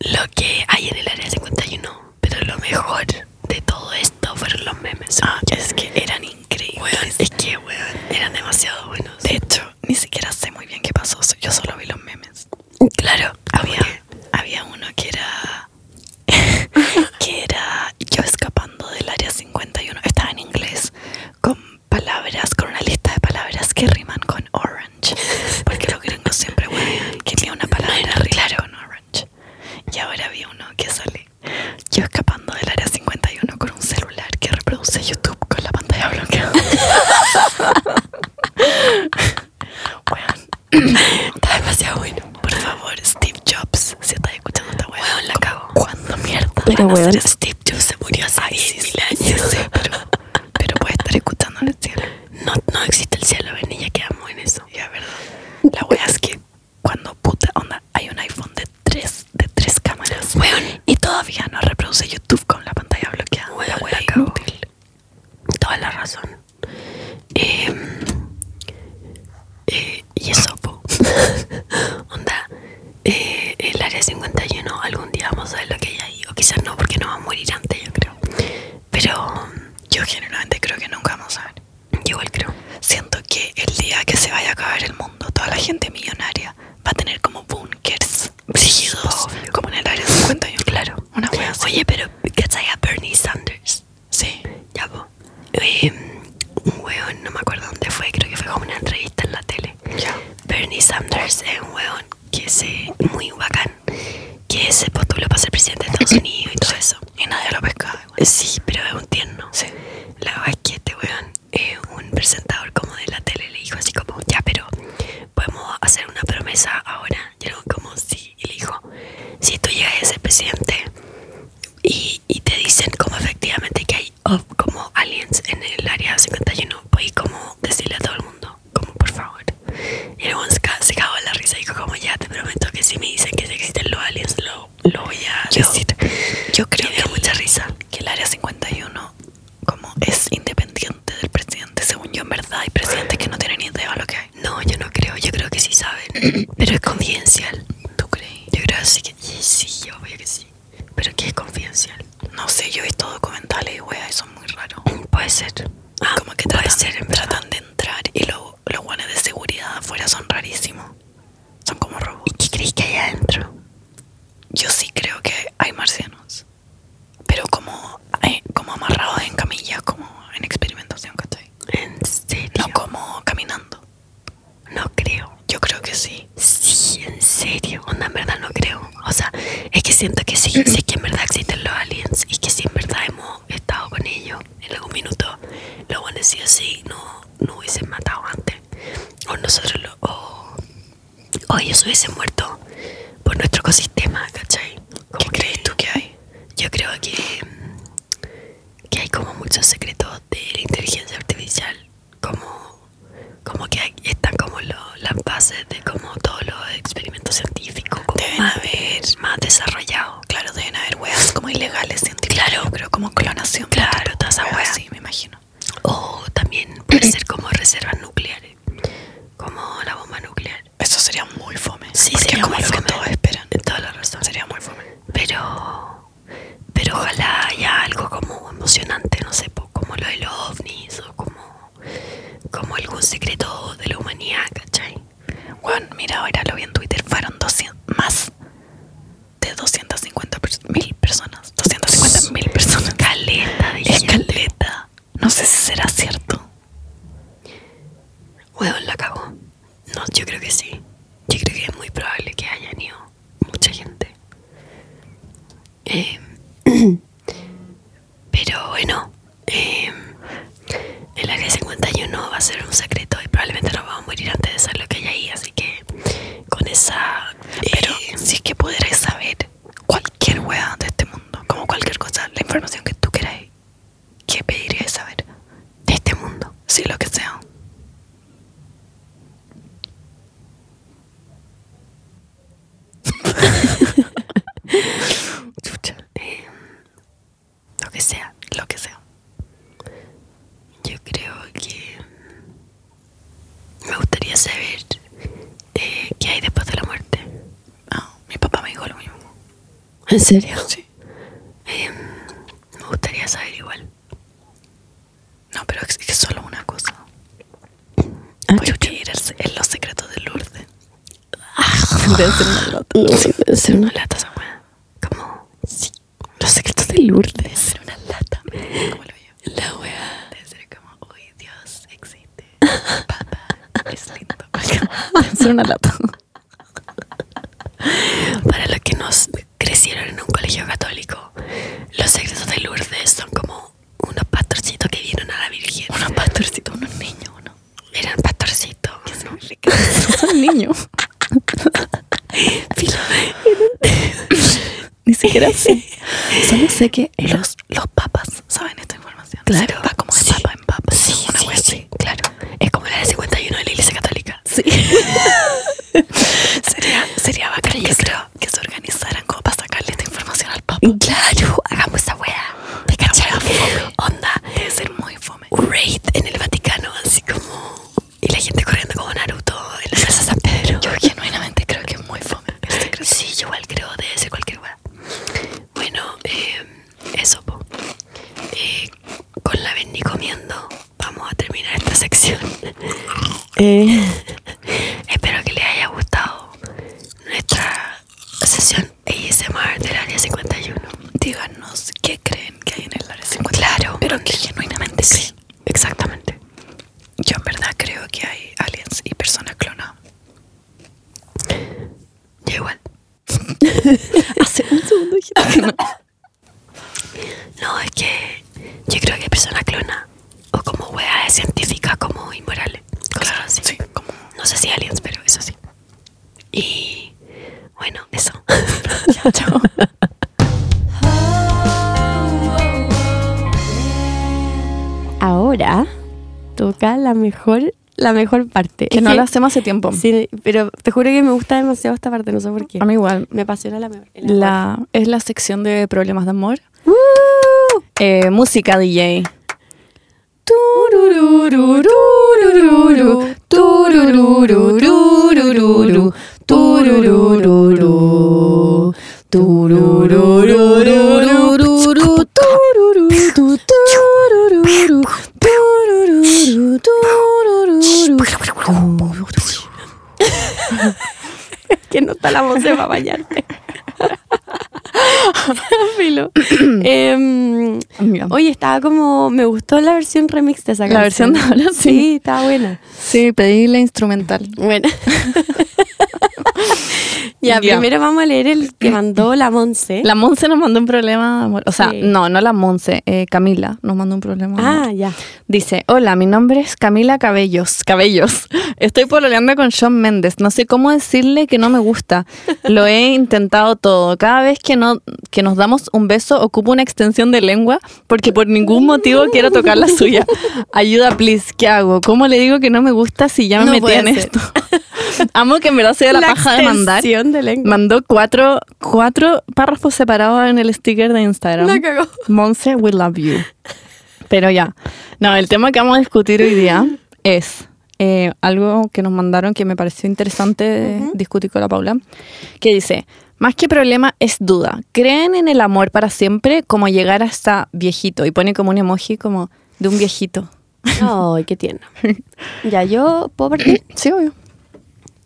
Speaker 5: Lo que hay en el área 51. Pero lo mejor de todo esto fueron los memes.
Speaker 2: Ah, es que eran increíbles.
Speaker 5: Weón, es que, weón, eran demasiado buenos.
Speaker 2: De hecho, ni siquiera sé muy bien qué pasó, so- yo solo vi los memes.
Speaker 5: Claro,
Speaker 2: Había, había uno que era. que era yo escapando del área 51. Estaba en inglés con palabras, con una lista de palabras que riman con orange. Porque los gringos siempre huevean que ni una palabra rima con orange. Y ahora había uno que sale yo escapando del área 51 con un celular que reproduce YouTube con la pantalla bloqueada. Weón,
Speaker 5: está demasiado bueno.
Speaker 2: por favor, Steve Jobs, si estás escuchando esta weá,
Speaker 5: Weón, la
Speaker 2: como,
Speaker 5: cago.
Speaker 2: ¿Cuándo mierda?
Speaker 5: Pero,
Speaker 2: van a hacer
Speaker 5: weón,
Speaker 2: eso?
Speaker 5: Steve Jobs se murió hace
Speaker 2: Ay, sí,
Speaker 5: 10.000
Speaker 2: sí, sí,
Speaker 5: años.
Speaker 2: sí, pero, pero puede estar escuchando en el cielo.
Speaker 5: No, no existe el cielo, ven, y ya quedamos en eso.
Speaker 2: Ya, verdad. La weá es que cuando puta onda, hay un iPhone de tres, de tres cámaras.
Speaker 5: Weón.
Speaker 2: Y todavía no reproduce YouTube con la pantalla bloqueada.
Speaker 5: Weón,
Speaker 2: la
Speaker 5: la
Speaker 2: weá
Speaker 5: cago.
Speaker 2: inútil.
Speaker 5: Toda la razón.
Speaker 2: Em,
Speaker 5: Eh, eh, y eso, po. Onda, eh, el área 51, algún día vamos a ver lo que hay ahí. O quizás no, porque no va a morir antes, yo creo. Pero
Speaker 2: Yo generalmente creo que nunca vamos a ver.
Speaker 5: yo igual creo.
Speaker 2: Siento que el día que se vaya a acabar el mundo, toda la gente millonaria va a tener como bunkers brígidos,
Speaker 5: Obvio.
Speaker 2: como en el área 51. Claro, una wea así.
Speaker 5: Oye, pero ¿cachai a Bernie Sanders?
Speaker 2: sí.
Speaker 5: Ya, po. Eh, un weón, no me acuerdo dónde fue, creo que fue como una entrevista en la tele.
Speaker 2: Ya.
Speaker 5: Bernie Sanders es un weón que es eh, muy bacán, que se postuló para ser presidente de Estados Unidos y todo eso.
Speaker 2: Y nadie lo pescaba. igual.
Speaker 5: Eh, Sí, pero es un tierno.
Speaker 2: Sí.
Speaker 5: La verdad es que este weón, eh, un presentador como de la tele, le dijo así como, ya, pero podemos hacer una promesa ahora. Y era como, sí. Y le dijo, si tú llegas a ser presidente y, y te dicen como efectivamente que hay oh, como aliens en el área 51, pues como decirle a todo el mundo, como por favor. Y el weón se ca- se cagó en la risa y dijo como, ya, te prometo que si me dicen que existen los aliens, lo, lo voy a
Speaker 2: Yo-
Speaker 5: decir.
Speaker 2: Yo creo
Speaker 5: Me dio
Speaker 2: que,
Speaker 5: mucha risa.
Speaker 2: que el área 51 como es independiente del presidente, según yo en verdad hay presidentes que no tienen ni idea de lo que hay.
Speaker 5: No, yo no creo, yo creo que sí saben. Pero es confidencial.
Speaker 2: ¿Tú crees?
Speaker 5: Yo creo sí que sí, sí, obvio que sí. Pero que es confidencial.
Speaker 2: No sé, yo he visto documentales y weas, y son muy raros.
Speaker 5: Puede ser. Ah,
Speaker 2: como que
Speaker 5: puede
Speaker 2: tratan,
Speaker 5: ser, en verdad.
Speaker 2: tratan de entrar y lo- los guanes de seguridad afuera son rarísimos. Son como
Speaker 5: ¿Y
Speaker 2: robots.
Speaker 5: qué crees que hay adentro?
Speaker 2: Yo sí creo que hay marcianos, pero como, eh, como amarrados en camillas, como en experimentación, ¿cachai?
Speaker 5: ¿En serio?
Speaker 2: No como caminando.
Speaker 5: No creo.
Speaker 2: Yo creo que sí.
Speaker 5: Sí, en serio. Onda, en verdad no creo. O sea, es que siento que sí, sí es que en verdad existen los aliens y que sí, en verdad hemos estado con ellos en algún minuto. Los buenos sí o sí no, no hubiesen matado antes. O nosotros lo, o, o ellos hubiesen muerto por nuestro ecosistema, ¿cachai?
Speaker 2: ¿Qué crees tú que hay?
Speaker 5: Yo creo que, que hay como muchos secretos de la inteligencia artificial, como, como que hay- están como lo- las bases de como todos los experimentos científicos creo que sí. Yo creo que es muy probable que hayan ido mucha gente. Eh, pero bueno, eh, el área 51 va a ser un secreto y probablemente nos vamos a morir antes de saber lo que hay ahí. Así que con esa.
Speaker 4: Pero
Speaker 5: eh,
Speaker 4: si es que pudierais saber cualquier wea de este mundo, como cualquier cosa, la información que tú queráis, ¿qué pediríais saber de este mundo? Sí, lo que sea.
Speaker 5: Chucha. eh, lo que sea, lo que sea. Yo creo que me gustaría saber eh, qué hay después de la muerte.
Speaker 4: Ah, mi papá me dijo lo mismo.
Speaker 5: ¿En serio?
Speaker 4: Sí.
Speaker 5: Em, me gustaría saber igual.
Speaker 4: No, pero es que solo una cosa.
Speaker 1: Ah,
Speaker 4: Voy a pedir el- el- los secretos de Lourdes.
Speaker 5: Debe ser una lata esa weá. Como, sí, los secretos de Lourdes.
Speaker 4: Era una lata. ¿Cómo lo veo?
Speaker 5: La weá.
Speaker 4: Debe ser como, uy, Dios existe. Papá es lindo.
Speaker 2: Ser una lata.
Speaker 5: Para los que nos crecieron en un colegio católico, los secretos de Lourdes son como unos pastorcitos que vieron a la Virgen. Unos pastorcitos, unos niños, uno. Eran pastorcitos. ¿Qué significa?
Speaker 2: Son niños. Ni siquiera sé. Solo sé que
Speaker 4: Los, los papas saben esta información.
Speaker 5: Claro.
Speaker 4: Se va como de
Speaker 5: Sí.
Speaker 4: papa en papa.
Speaker 5: Sí,
Speaker 4: una
Speaker 5: sí,
Speaker 4: wea
Speaker 5: sí, claro. Es como la de 51 de la Iglesia Católica.
Speaker 2: sí.
Speaker 4: Sería, sería bacán que, se- que se organizaran como para sacarle esta información al papa.
Speaker 5: Claro, hagamos esa weá. Te cachai. Onda.
Speaker 4: Debe ser muy fome.
Speaker 5: un raid en el Vaticano, así como. Y la gente corriendo como Naruto en la Plaza San Pedro.
Speaker 4: Yo genuinamente creo que es muy fome. el secreto.
Speaker 5: Sí, yo igual creo, debe ser cualquier weá. Bueno, eh, eso, po. Eh, con la Benny comiendo, vamos a terminar esta sección.
Speaker 4: Eh.
Speaker 5: Espero que les haya gustado nuestra sesión ASMR del Área 51.
Speaker 4: Díganos qué creen que hay en el área 50.
Speaker 5: Claro,
Speaker 4: Pero que genuinamente
Speaker 5: sí,
Speaker 4: creen.
Speaker 5: exactamente.
Speaker 4: Yo en verdad creo que hay aliens y personas clonadas.
Speaker 5: Yo igual.
Speaker 2: Hace un segundo dije que no.
Speaker 5: No, es que yo creo que hay personas clonas o como weas científicas como inmorales. Cosas así.
Speaker 4: Sí, como
Speaker 5: No sé si aliens, pero eso sí. Y bueno, eso.
Speaker 1: Ahora toca la mejor, la mejor parte.
Speaker 2: Que
Speaker 1: Es
Speaker 2: no lo hacemos hace tiempo.
Speaker 1: Sí, pero te juro que me gusta demasiado esta parte, no sé por qué.
Speaker 2: A mí igual.
Speaker 1: me apasiona la mejor.
Speaker 2: La, es la sección de problemas de amor. Eh, música DJ.
Speaker 1: que no está la voz para bañarte. Filo. Em,
Speaker 2: Mira.
Speaker 1: Oye, estaba como. Me gustó la versión remix de esa
Speaker 2: La
Speaker 1: canción.
Speaker 2: versión de ahora, sí.
Speaker 1: Sí, estaba buena.
Speaker 2: Sí, pedí la instrumental.
Speaker 1: Bueno. ya,
Speaker 2: Ya.
Speaker 1: primero vamos a leer el que mandó la Monse.
Speaker 2: La Monse nos mandó un problema de amor. O sea,
Speaker 1: ¿Eh? Sí.
Speaker 2: no, no la Monse, eh, Camila nos mandó un problema. de amor.
Speaker 1: ah, ya.
Speaker 2: Dice, hola, mi nombre es Camila Cabellos. Cabellos. Estoy pololeando con Sean Méndez. No sé cómo decirle que no me gusta. Lo he intentado todo. Cada vez que, no, que nos damos un beso, ocupo una extensión de lengua porque por ningún motivo quiero tocar la suya. Ayuda, please. ¿Qué hago? ¿Cómo le digo que no me gusta si ya me
Speaker 1: No
Speaker 2: metí
Speaker 1: puede
Speaker 2: en
Speaker 1: ser.
Speaker 2: esto? Amo que en verdad sea la, paja de mandar.
Speaker 1: extensión de lengua.
Speaker 2: Mandó cuatro, cuatro párrafos separados en el sticker de Instagram.
Speaker 1: La cagó.
Speaker 2: Monse, we love you. Pero ya. No, el tema que vamos a discutir hoy día es eh, algo que nos mandaron que me pareció interesante discutir con la Paula, que dice, más que problema es duda. ¿Creen en el amor para siempre como llegar hasta viejito? Y pone como un emoji como de un viejito.
Speaker 1: Ay, qué tierno. Ya, yo. ¿Puedo partir?
Speaker 2: Sí, obvio.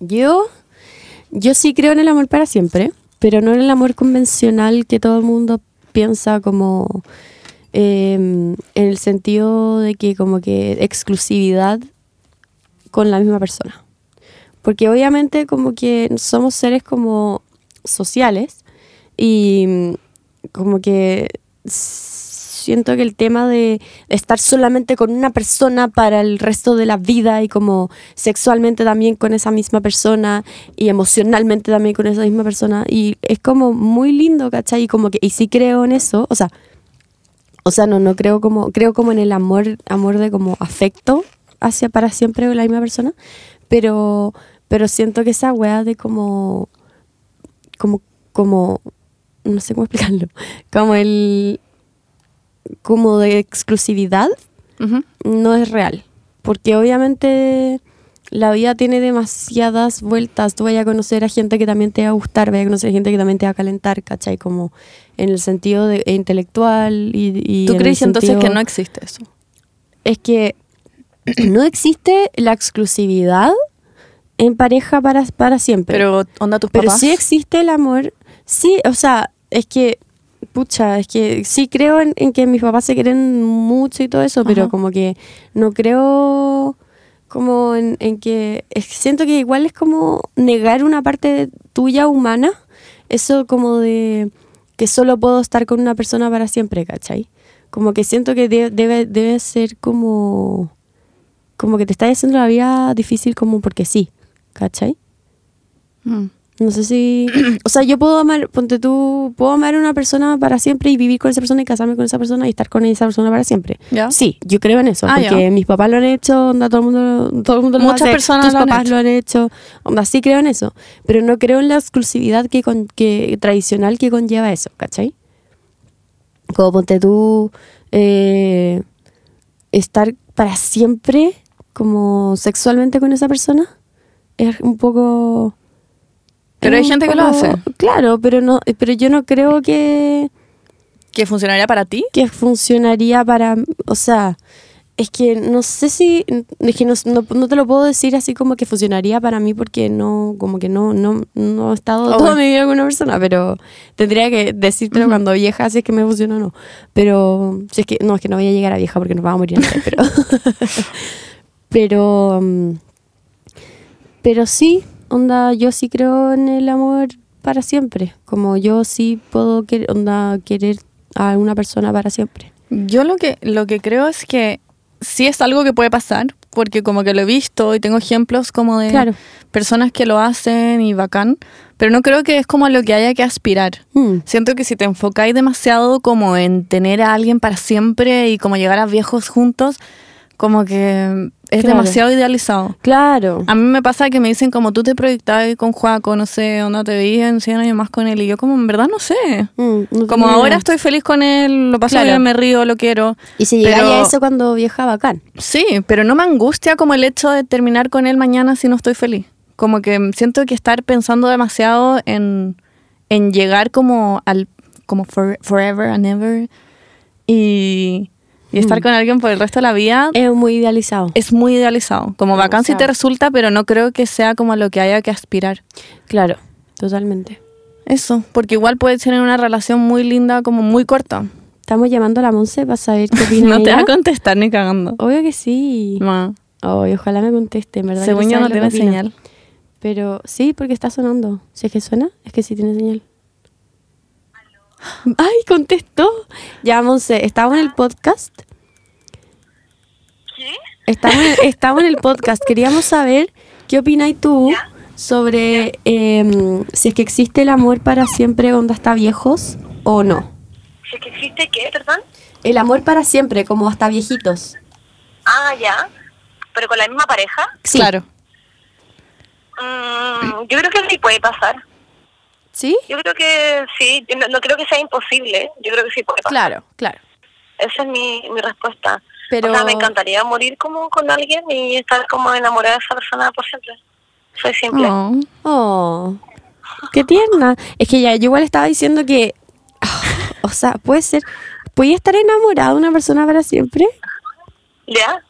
Speaker 1: Yo. Yo sí creo en el amor para siempre, pero no en el amor convencional que todo el mundo piensa como. eh, en el sentido de que, como que exclusividad con la misma persona. Porque obviamente como que somos seres como sociales y mm, como que siento que el tema de estar solamente con una persona para el resto de la vida y como sexualmente también con esa misma persona y emocionalmente también con esa misma persona y es como muy lindo, ¿cachai? Y como que, y sí creo en eso, o sea, o sea, no, no creo como, creo como en el amor, amor de como afecto hacia para siempre la misma persona, pero, pero siento que esa weá de como, como, como, no sé cómo explicarlo, como el, como de exclusividad,
Speaker 2: Ujú.
Speaker 1: no es real. Porque obviamente la vida tiene demasiadas vueltas. Tú vayas a conocer a gente que también te va a gustar, vayas a conocer a gente que también te va a calentar, ¿cachai? Como en el sentido de, e intelectual y... y
Speaker 2: ¿Tú
Speaker 1: en el
Speaker 2: crees entonces
Speaker 1: sentido-
Speaker 2: que no existe eso?
Speaker 1: Es que no existe la exclusividad en pareja para, para siempre.
Speaker 2: Pero, onda tus
Speaker 1: Pero
Speaker 2: papás.
Speaker 1: sí existe el amor. Sí, o sea, es que, pucha, es que sí creo en, en que mis papás se quieren mucho y todo eso, pero
Speaker 2: Ajá.
Speaker 1: como que no creo como en, en que es que siento que igual es como negar una parte de- tuya humana, eso como de que solo puedo estar con una persona para siempre, ¿cachai? Como que siento que de- debe, debe ser como como que te está haciendo la vida difícil como porque sí, ¿cachai?
Speaker 2: Mm.
Speaker 1: No sé si. O sea, yo puedo amar, ponte tú, puedo amar a una persona para siempre y vivir con esa persona y casarme con esa persona y estar con esa persona para siempre.
Speaker 2: Ya.
Speaker 1: Sí, yo creo en eso,
Speaker 2: Ah,
Speaker 1: porque
Speaker 2: ya.
Speaker 1: mis papás lo han hecho, onda, todo el mundo, todo el mundo
Speaker 2: Muchas
Speaker 1: lo hace,
Speaker 2: personas
Speaker 1: tus
Speaker 2: lo han
Speaker 1: papás
Speaker 2: hecho.
Speaker 1: lo han hecho, onda, sí creo en eso, pero no creo en la exclusividad que con, que tradicional que conlleva eso, ¿cachai? Como ponte tú, eh, estar para siempre como sexualmente con esa persona es un poco
Speaker 2: Pero
Speaker 1: es
Speaker 2: hay
Speaker 1: un
Speaker 2: gente que lo
Speaker 1: poco-
Speaker 2: hace.
Speaker 1: claro pero no pero yo no creo que
Speaker 2: ¿Que funcionaría para ti?
Speaker 1: que funcionaría para o sea es que no sé si es que no, no- no te lo puedo decir así como que funcionaría para mí porque no como que no no, no he estado
Speaker 2: Oh,
Speaker 1: toda
Speaker 2: bueno.
Speaker 1: mi vida con una persona pero tendría que decírtelo cuando vieja si es que me funciona o no pero si es que no es que no voy a llegar a vieja porque nos vamos a morir antes pero pero mm, pero sí, onda, yo sí creo en el amor para siempre. Como yo sí puedo quer- onda, querer a una persona para siempre.
Speaker 2: Yo lo que, lo que creo es que sí es algo que puede pasar, porque como que lo he visto y tengo ejemplos como de
Speaker 1: Claro.
Speaker 2: personas que lo hacen y bacán, pero no creo que es como a lo que haya que aspirar.
Speaker 1: Mm.
Speaker 2: Siento que si te enfocáis demasiado como en tener a alguien para siempre y como llegar a viejos juntos, como que es
Speaker 1: Claro.
Speaker 2: demasiado idealizado.
Speaker 1: Claro.
Speaker 2: A mí me pasa que me dicen como tú te proyectabas con Juaco, no sé, onda te vi en 100 años más con él y yo como en verdad no sé.
Speaker 1: Mm, no tenía
Speaker 2: Como
Speaker 1: idea.
Speaker 2: ahora estoy feliz con él, lo paso
Speaker 1: Claro.
Speaker 2: bien, me río, lo quiero.
Speaker 1: Y si llegáis
Speaker 2: pero-
Speaker 1: a eso cuando vieja, bacán.
Speaker 2: Sí, pero no me angustia como el hecho de terminar con él mañana si no estoy feliz. Como que siento que estar pensando demasiado en, en llegar como al como for- forever and ever y, y
Speaker 1: Mm.
Speaker 2: estar con alguien por el resto de la vida
Speaker 1: Es muy idealizado.
Speaker 2: es muy idealizado. Como bacán si te
Speaker 1: Demasiado.
Speaker 2: resulta, pero no creo que sea como a lo que haya que aspirar.
Speaker 1: Claro, totalmente.
Speaker 2: Eso, porque igual puedes tener una relación muy linda, como muy corta.
Speaker 1: Estamos llamando a la Monse para saber qué opina
Speaker 2: No te
Speaker 1: ella.
Speaker 2: va a contestar ni cagando.
Speaker 1: Obvio que sí.
Speaker 2: Ma,
Speaker 1: Ay, ojalá me conteste, en verdad.
Speaker 2: según yo
Speaker 1: quiero
Speaker 2: no
Speaker 1: saber lo
Speaker 2: tiene
Speaker 1: que opina.
Speaker 2: señal.
Speaker 1: Pero sí, porque está sonando. Si es que suena, es que sí tiene señal. ¡Ay, contestó! Ya, Monse, estamos en el podcast. ¿Qué? Estamos en, estamos en el podcast. Queríamos saber qué opináis tú sobre em, si es que existe el amor para siempre onda hasta viejos o no.
Speaker 6: ¿Sí que existe qué, perdón?
Speaker 1: El amor para siempre, como hasta viejitos.
Speaker 6: Ah, ya. ¿Pero con la misma pareja?
Speaker 1: Sí.
Speaker 2: Claro.
Speaker 6: Mm, yo creo que sí puede pasar.
Speaker 1: ¿Sí?
Speaker 6: Yo creo que sí. Yo no, no creo que sea imposible. Yo creo que sí puede pasar.
Speaker 1: Claro, claro.
Speaker 6: Esa es mi, mi respuesta.
Speaker 1: Pero-
Speaker 6: O sea, me encantaría morir como con alguien y estar como enamorada de esa persona por siempre. Soy simple.
Speaker 2: Oh.
Speaker 1: Oh, qué tierna. Es que ya, yo igual estaba diciendo que, oh, o sea, puede ser, ¿puede estar enamorada de una persona para siempre?
Speaker 6: ¿Ya?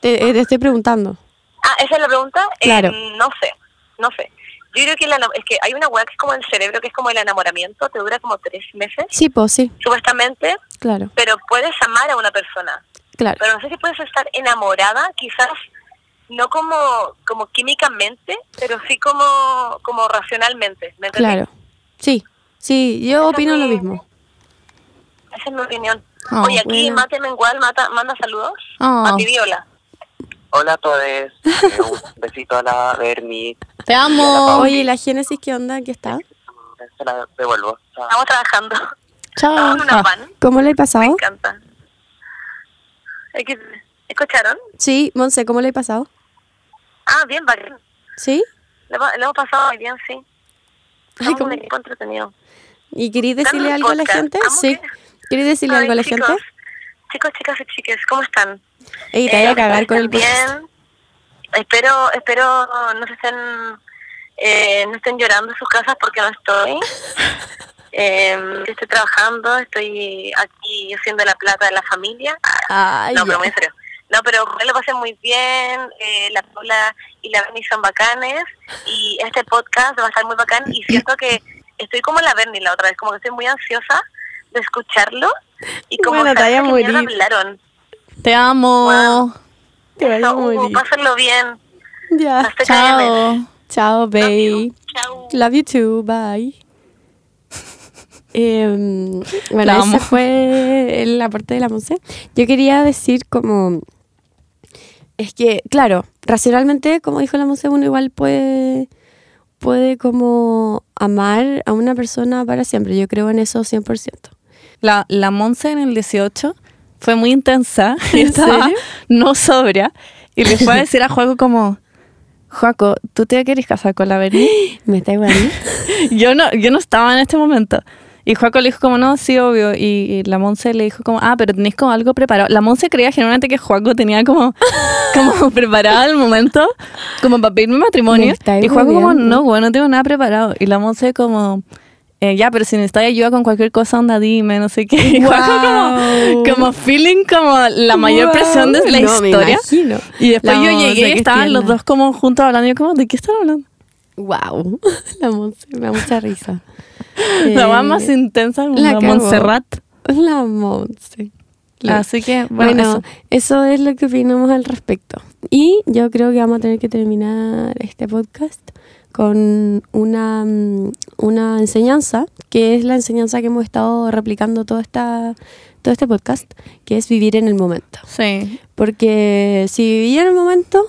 Speaker 1: Te, eh, te estoy preguntando.
Speaker 6: Ah, esa es la pregunta. Eh,
Speaker 1: Claro.
Speaker 6: no sé, no sé. Yo creo que, la, es que hay una weá que es como el cerebro, que es como el enamoramiento, te dura como tres meses,
Speaker 1: Sí, pues sí,
Speaker 6: supuestamente,
Speaker 1: claro,
Speaker 6: pero puedes amar a una persona.
Speaker 1: claro.
Speaker 6: Pero no sé si puedes estar enamorada, quizás no como, como químicamente, pero sí como, como racionalmente. ¿me entendí?
Speaker 1: Claro. Sí, sí, yo
Speaker 6: Eso
Speaker 1: opino
Speaker 6: me-
Speaker 1: lo mismo.
Speaker 6: Esa es mi opinión.
Speaker 1: Ah,
Speaker 6: Oye, aquí
Speaker 1: bueno.
Speaker 6: Mate Mengual mata, manda saludos.
Speaker 2: Oh.
Speaker 1: Ah.
Speaker 6: Mati Viola.
Speaker 7: Hola a todos. Eh, Un besito a la Berni.
Speaker 2: Te amo.
Speaker 1: Oye, ¿la Génesis qué onda? ¿Qué está?
Speaker 7: Se la devuelvo. Chao.
Speaker 6: Estamos trabajando. Estamos
Speaker 2: Chao.
Speaker 6: en una van.
Speaker 1: ¿Cómo le he pasado?
Speaker 6: Me encanta. Es que- ¿Escucharon?
Speaker 1: Sí, Monse, ¿cómo le he pasado?
Speaker 6: Ah, bien, bacán.
Speaker 1: ¿Sí?
Speaker 6: Lo, hemos- lo hemos pasado muy bien, sí.
Speaker 1: Ay,
Speaker 6: Estamos
Speaker 1: ¿cómo?
Speaker 6: un equipo entretenido.
Speaker 1: ¿Y queréis decirle
Speaker 6: Dame el
Speaker 1: algo a la
Speaker 6: podcast.
Speaker 1: gente?
Speaker 6: Vamos
Speaker 1: Sí.
Speaker 6: bien.
Speaker 1: ¿Queréis decirle
Speaker 6: Ay,
Speaker 1: algo a la
Speaker 6: chicos,
Speaker 1: gente?
Speaker 6: Chicos, chicas y chiques, ¿cómo están?
Speaker 1: Ey, te
Speaker 6: Eh,
Speaker 1: voy a cagar con el
Speaker 6: ¿están
Speaker 1: podcast.
Speaker 6: bien? Espero, espero no se estén, eh, no estén llorando en sus casas porque no estoy. Eh, yo estoy trabajando, estoy aquí haciendo la plata de la familia.
Speaker 1: Ay,
Speaker 6: no, pero
Speaker 1: ya.
Speaker 6: muy en serio. No, pero ojalá lo pasen muy bien, eh, la Paula y la Berni son bacanes, y este podcast va a estar muy bacán, y siento que estoy como la Berni la otra vez, como que estoy muy ansiosa de escucharlo, y como
Speaker 1: Bueno, te
Speaker 6: saber
Speaker 1: vaya a
Speaker 6: qué mierda
Speaker 1: morir.
Speaker 6: hablaron.
Speaker 2: Te amo.
Speaker 1: Te vaya a
Speaker 6: Eso, Hugo,
Speaker 1: morir.
Speaker 6: pásenlo bien.
Speaker 1: Ya.
Speaker 6: Hasta
Speaker 2: Chao.
Speaker 1: Chao, babe.
Speaker 6: Chao.
Speaker 1: Love you too, bye. Em, bueno,
Speaker 2: La
Speaker 1: esa
Speaker 2: amo.
Speaker 1: fue la parte de la Monse. Yo quería decir como... Es que, claro, racionalmente, como dijo la Monse, uno igual puede, puede como amar a una persona para siempre. Yo creo en eso 100%.
Speaker 2: La, la Monse en el 18 fue muy intensa. y
Speaker 1: ¿En
Speaker 2: estaba
Speaker 1: serio?
Speaker 2: No sobria. Y le fue a decir a Juaco como, Juaco, ¿tú te querés casar con la Berni?
Speaker 1: Me está igual.
Speaker 2: yo, no, yo no estaba en este momento. Y Juaco le dijo como, no, sí, obvio. Y, y la Monse le dijo como, ah, pero tenés como algo preparado. La Monse creía generalmente que Juaco tenía como, como preparado el momento, como para pedirme
Speaker 1: Me
Speaker 2: matrimonio.
Speaker 1: estáis
Speaker 2: Y Juaco como,
Speaker 1: hueveando.
Speaker 2: no, bueno, no tengo nada preparado. Y la Monse como... eh, ya, pero si necesitas ayuda con cualquier cosa, onda, dime, no sé qué. Y Juaco como,
Speaker 1: Wow.
Speaker 2: como feeling como la mayor
Speaker 1: Wow.
Speaker 2: presión de la
Speaker 1: No, me
Speaker 2: historia.
Speaker 1: imagino.
Speaker 2: Y después
Speaker 1: La
Speaker 2: yo
Speaker 1: Monse,
Speaker 2: llegué
Speaker 1: qué
Speaker 2: y estaban los
Speaker 1: tierna.
Speaker 2: dos como juntos hablando. Y yo como, ¿de qué están hablando?
Speaker 1: Wow, la Monse me da mucha risa.
Speaker 2: La
Speaker 1: Eh,
Speaker 2: más más intensa del mundo,
Speaker 1: cagó.
Speaker 2: Montserrat.
Speaker 1: La Monse. La-
Speaker 2: Así que, bueno,
Speaker 1: Bueno, eso. es lo que opinamos al respecto. Y yo creo que vamos a tener que terminar este podcast con una, mm, una enseñanza, que es la enseñanza que hemos estado replicando todo, esta, todo este podcast, que es vivir en el momento.
Speaker 2: eso. Sí.
Speaker 1: Porque si vivís en el momento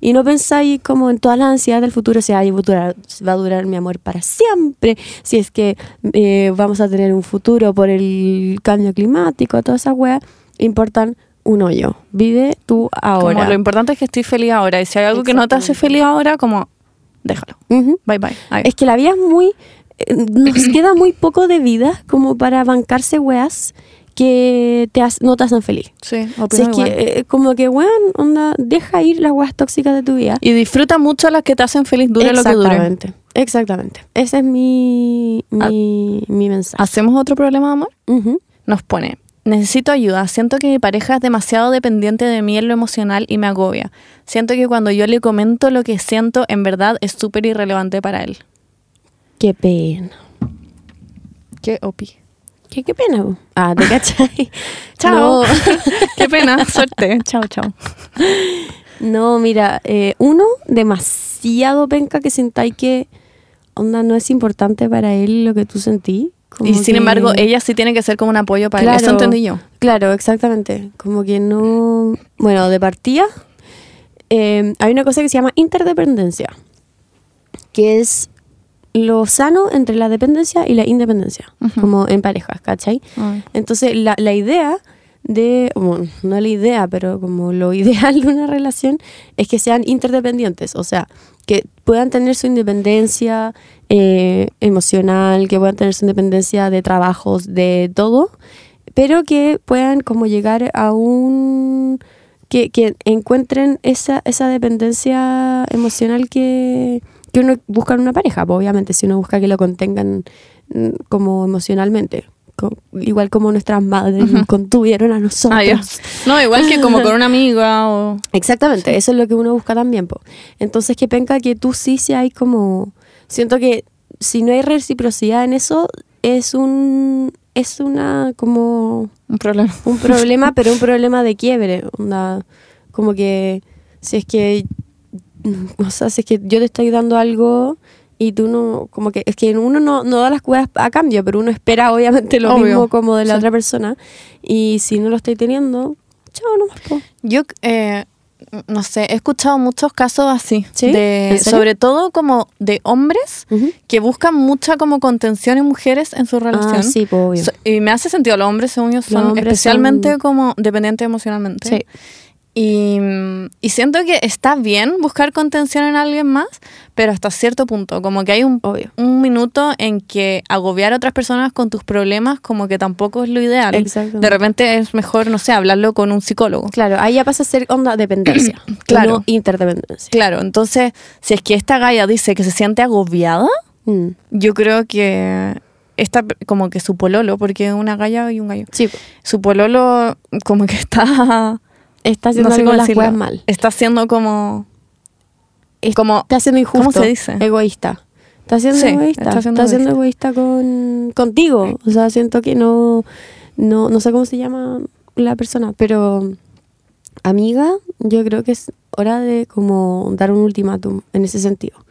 Speaker 1: y no pensáis como en todas las ansiedades del futuro, si hay futura- va a durar mi amor para siempre, si es que eh, vamos a tener un futuro por el cambio climático, todas esas weas, importan un hoyo. Vive tú ahora.
Speaker 2: Como lo importante es que estoy feliz ahora. Y si hay algo que no te hace
Speaker 1: Exactamente.
Speaker 2: feliz ahora, como, déjalo.
Speaker 1: Ujú.
Speaker 2: Bye, bye. Ay.
Speaker 1: Es que la vida es muy. eh, Nos queda muy poco de vida como para bancarse weas que te hac- no te hacen feliz.
Speaker 2: sí,
Speaker 1: Si
Speaker 2: opino
Speaker 1: es que,
Speaker 2: igual.
Speaker 1: eh, como que, weón, onda, deja ir las weas tóxicas de tu vida.
Speaker 2: Y disfruta mucho las que te hacen feliz, dure lo que dure.
Speaker 1: Exactamente, exactamente. Ese es mi,
Speaker 2: Ah.
Speaker 1: mi, mi mensaje.
Speaker 2: ¿Hacemos otro problema, amor?
Speaker 1: Ujú.
Speaker 2: Nos pone, necesito ayuda, siento que mi pareja es demasiado dependiente de mí en lo emocional y me agobia. Siento que cuando yo le comento lo que siento, en verdad es súper irrelevante para él.
Speaker 1: Qué pena.
Speaker 2: Qué opi.
Speaker 1: ¿Qué, qué pena? bu? Ah, ¿te cachai?
Speaker 2: Chao.
Speaker 1: No.
Speaker 2: Qué pena, suerte. Chao, chao.
Speaker 1: No, mira, eh, uno, demasiado penca que sintáis que onda no es importante para él lo que tú sentí. como
Speaker 2: Y sin
Speaker 1: que-
Speaker 2: embargo, ella sí tiene que ser como un apoyo para él. Eso entendí yo.
Speaker 1: Claro, exactamente. Como que no. Bueno, de partida, eh, hay una cosa que se llama interdependencia, que es lo sano entre la dependencia y la independencia, como en parejas, ¿cachai?
Speaker 2: Ay.
Speaker 1: Entonces, la, la idea de, bueno, no la idea, pero como lo ideal de una relación es que sean interdependientes, o sea, que puedan tener su independencia eh, emocional, que puedan tener su independencia de trabajos, de todo, pero que puedan como llegar a un... que, que encuentren esa, esa dependencia emocional que, que uno busca en una pareja, pues, obviamente, si uno busca que lo contengan mm, como emocionalmente. co- igual como nuestras madres nos contuvieron a nosotros.
Speaker 2: Adiós. Ah, No, igual que como con una amiga o...
Speaker 1: Exactamente, eso es lo que uno busca también. po. Entonces, que penca que tú sí, sí hay como... Siento que si no hay reciprocidad en eso, es un... Es una como
Speaker 2: Un problema.
Speaker 1: un problema, pero un problema de quiebre. Onda, como que si es que, o sea, si es que yo te estoy dando algo y tú no, como que, es que uno no, no da las cosas a cambio, pero uno espera obviamente lo
Speaker 2: Obvio.
Speaker 1: mismo como de la
Speaker 2: Sí.
Speaker 1: otra persona. Y si no lo estoy teniendo, chao nomás. po.
Speaker 2: Yo, eh, no sé, he escuchado muchos casos así,
Speaker 1: ¿Sí?
Speaker 2: de-
Speaker 1: ¿En serio?
Speaker 2: sobre todo como de hombres
Speaker 1: Ujú.
Speaker 2: que buscan mucha como contención en mujeres en su relación.
Speaker 1: Ah, sí, po, obvio.
Speaker 2: So- y me hace sentido, los hombres según yo son
Speaker 1: hombres
Speaker 2: especialmente
Speaker 1: son-
Speaker 2: como dependientes emocionalmente.
Speaker 1: Sí.
Speaker 2: Y, mm, y siento que está bien buscar contención en alguien más, pero hasta cierto punto, como que hay un,
Speaker 1: Obvio.
Speaker 2: un minuto en que agobiar a otras personas con tus problemas como que tampoco es lo ideal.
Speaker 1: Exactamente.
Speaker 2: De repente es mejor, no sé, hablarlo con un psicólogo.
Speaker 1: Claro, ahí ya pasa a ser onda dependencia,
Speaker 2: Claro.
Speaker 1: no interdependencia.
Speaker 2: Claro, entonces, si es que esta Gaia dice que se siente agobiada,
Speaker 1: Mm.
Speaker 2: yo creo que esta, como que su pololo, porque una Gaia y un gallo,
Speaker 1: Sí, po.
Speaker 2: su pololo como que está...
Speaker 1: está haciendo
Speaker 2: no sé
Speaker 1: algo
Speaker 2: cómo
Speaker 1: las
Speaker 2: decirlo,
Speaker 1: weas mal.
Speaker 2: Está haciendo como... como
Speaker 1: Está siendo injusto.
Speaker 2: se dice?
Speaker 1: Egoísta. Está siendo
Speaker 2: Sí,
Speaker 1: egoísta. Está
Speaker 2: está
Speaker 1: siendo,
Speaker 2: siendo
Speaker 1: egoísta con, contigo. O sea, siento que no, no. No sé cómo se llama la persona, pero. Amiga, yo creo que es hora de como dar un ultimátum en ese sentido.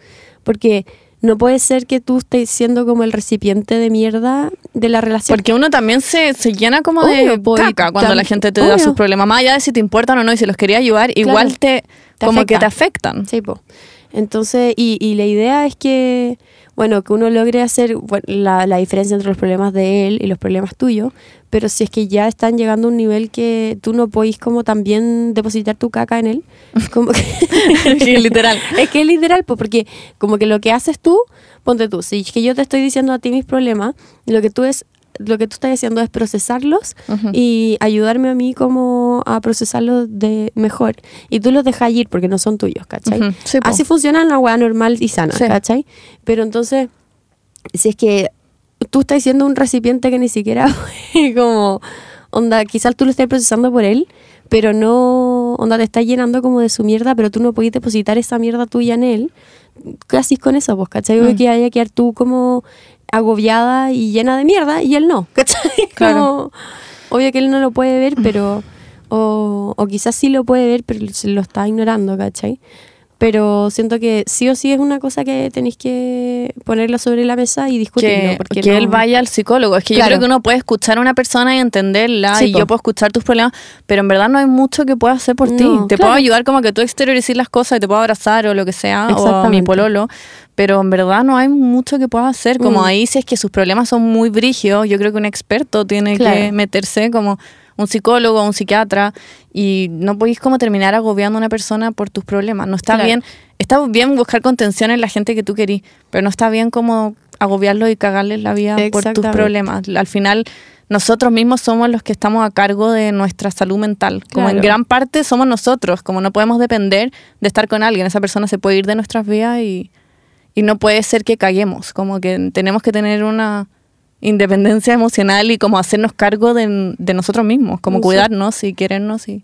Speaker 1: Porque no puede ser que tú estés siendo como el recipiente de mierda de la relación.
Speaker 2: Porque uno también se, se llena como de
Speaker 1: Obvio, po, y
Speaker 2: caca cuando
Speaker 1: tam-
Speaker 2: la gente te da
Speaker 1: obvio.
Speaker 2: sus problemas. Más allá de si te importan o no y si los quería ayudar, igual te,
Speaker 1: Te
Speaker 2: como
Speaker 1: afecta.
Speaker 2: que te afectan.
Speaker 1: Sí, po. Entonces, y, y la idea es que, bueno, que uno logre hacer bueno, la, la diferencia entre los problemas de él y los problemas tuyos, pero si es que ya están llegando a un nivel que tú no podís como también depositar tu caca en él, como que...
Speaker 2: Sí, literal.
Speaker 1: Es que es literal, po, porque como que lo que haces tú, ponte tú, si es que yo te estoy diciendo a ti mis problemas, lo que tú es... Lo que tú estás haciendo es procesarlos
Speaker 2: Ujú.
Speaker 1: y ayudarme a mí como a procesarlos de mejor. Y tú los dejas ir porque no son tuyos, ¿cachai?
Speaker 2: Ujú, sí, pues. po.
Speaker 1: Así funciona la weá normal y sana,
Speaker 2: Sí.
Speaker 1: ¿cachai? Pero entonces, si es que tú estás siendo un recipiente que ni siquiera fue como, onda, quizás tú lo estás procesando por él, pero no, onda, te estás llenando como de su mierda, pero tú no podés depositar esa mierda tuya en él. ¿Qué haces con eso vos, cachai?
Speaker 2: Mm.
Speaker 1: Yo creo que haya que quedar tú como agobiada y llena de mierda y él no, ¿cachai?
Speaker 2: Claro.
Speaker 1: Como- obvio que él no lo puede ver, pero... O, o quizás sí lo puede ver, pero se lo está ignorando, ¿cachai? Pero siento que sí o sí es una cosa que tenéis que ponerla sobre la mesa y discutirlo.
Speaker 2: que,
Speaker 1: porque
Speaker 2: que
Speaker 1: no-
Speaker 2: él vaya al psicólogo. Es que
Speaker 1: Claro.
Speaker 2: yo creo que uno puede escuchar a una persona y entenderla
Speaker 1: Sí,
Speaker 2: y
Speaker 1: po.
Speaker 2: yo puedo escuchar tus problemas, pero en verdad no hay mucho que pueda hacer por ti.
Speaker 1: No,
Speaker 2: Te
Speaker 1: claro.
Speaker 2: puedo ayudar como que tú exteriorices las cosas y te puedo abrazar o lo que sea, o a mi
Speaker 1: Exactamente.
Speaker 2: pololo, pero en verdad no hay mucho que pueda hacer. Como
Speaker 1: Mm.
Speaker 2: ahí si es que sus problemas son muy brígidos, yo creo que un experto tiene
Speaker 1: Claro.
Speaker 2: que meterse como un psicólogo, un psiquiatra y no podéis como terminar agobiando a una persona por tus problemas. No está
Speaker 1: Claro.
Speaker 2: bien Está bien buscar contención en la gente que tú querís, pero no está bien como agobiarlo y cagarles la vida por tus
Speaker 1: Exactamente.
Speaker 2: problemas. Al final, nosotros mismos somos los que estamos a cargo de nuestra salud mental. Como en
Speaker 1: Claro.
Speaker 2: gran parte somos nosotros, como no podemos depender de estar con alguien. Esa persona se puede ir de nuestras vidas y, y no puede ser que caguemos. Como que tenemos que tener una independencia emocional y como hacernos cargo de, de nosotros mismos, como
Speaker 1: Sí.
Speaker 2: cuidarnos y querernos y...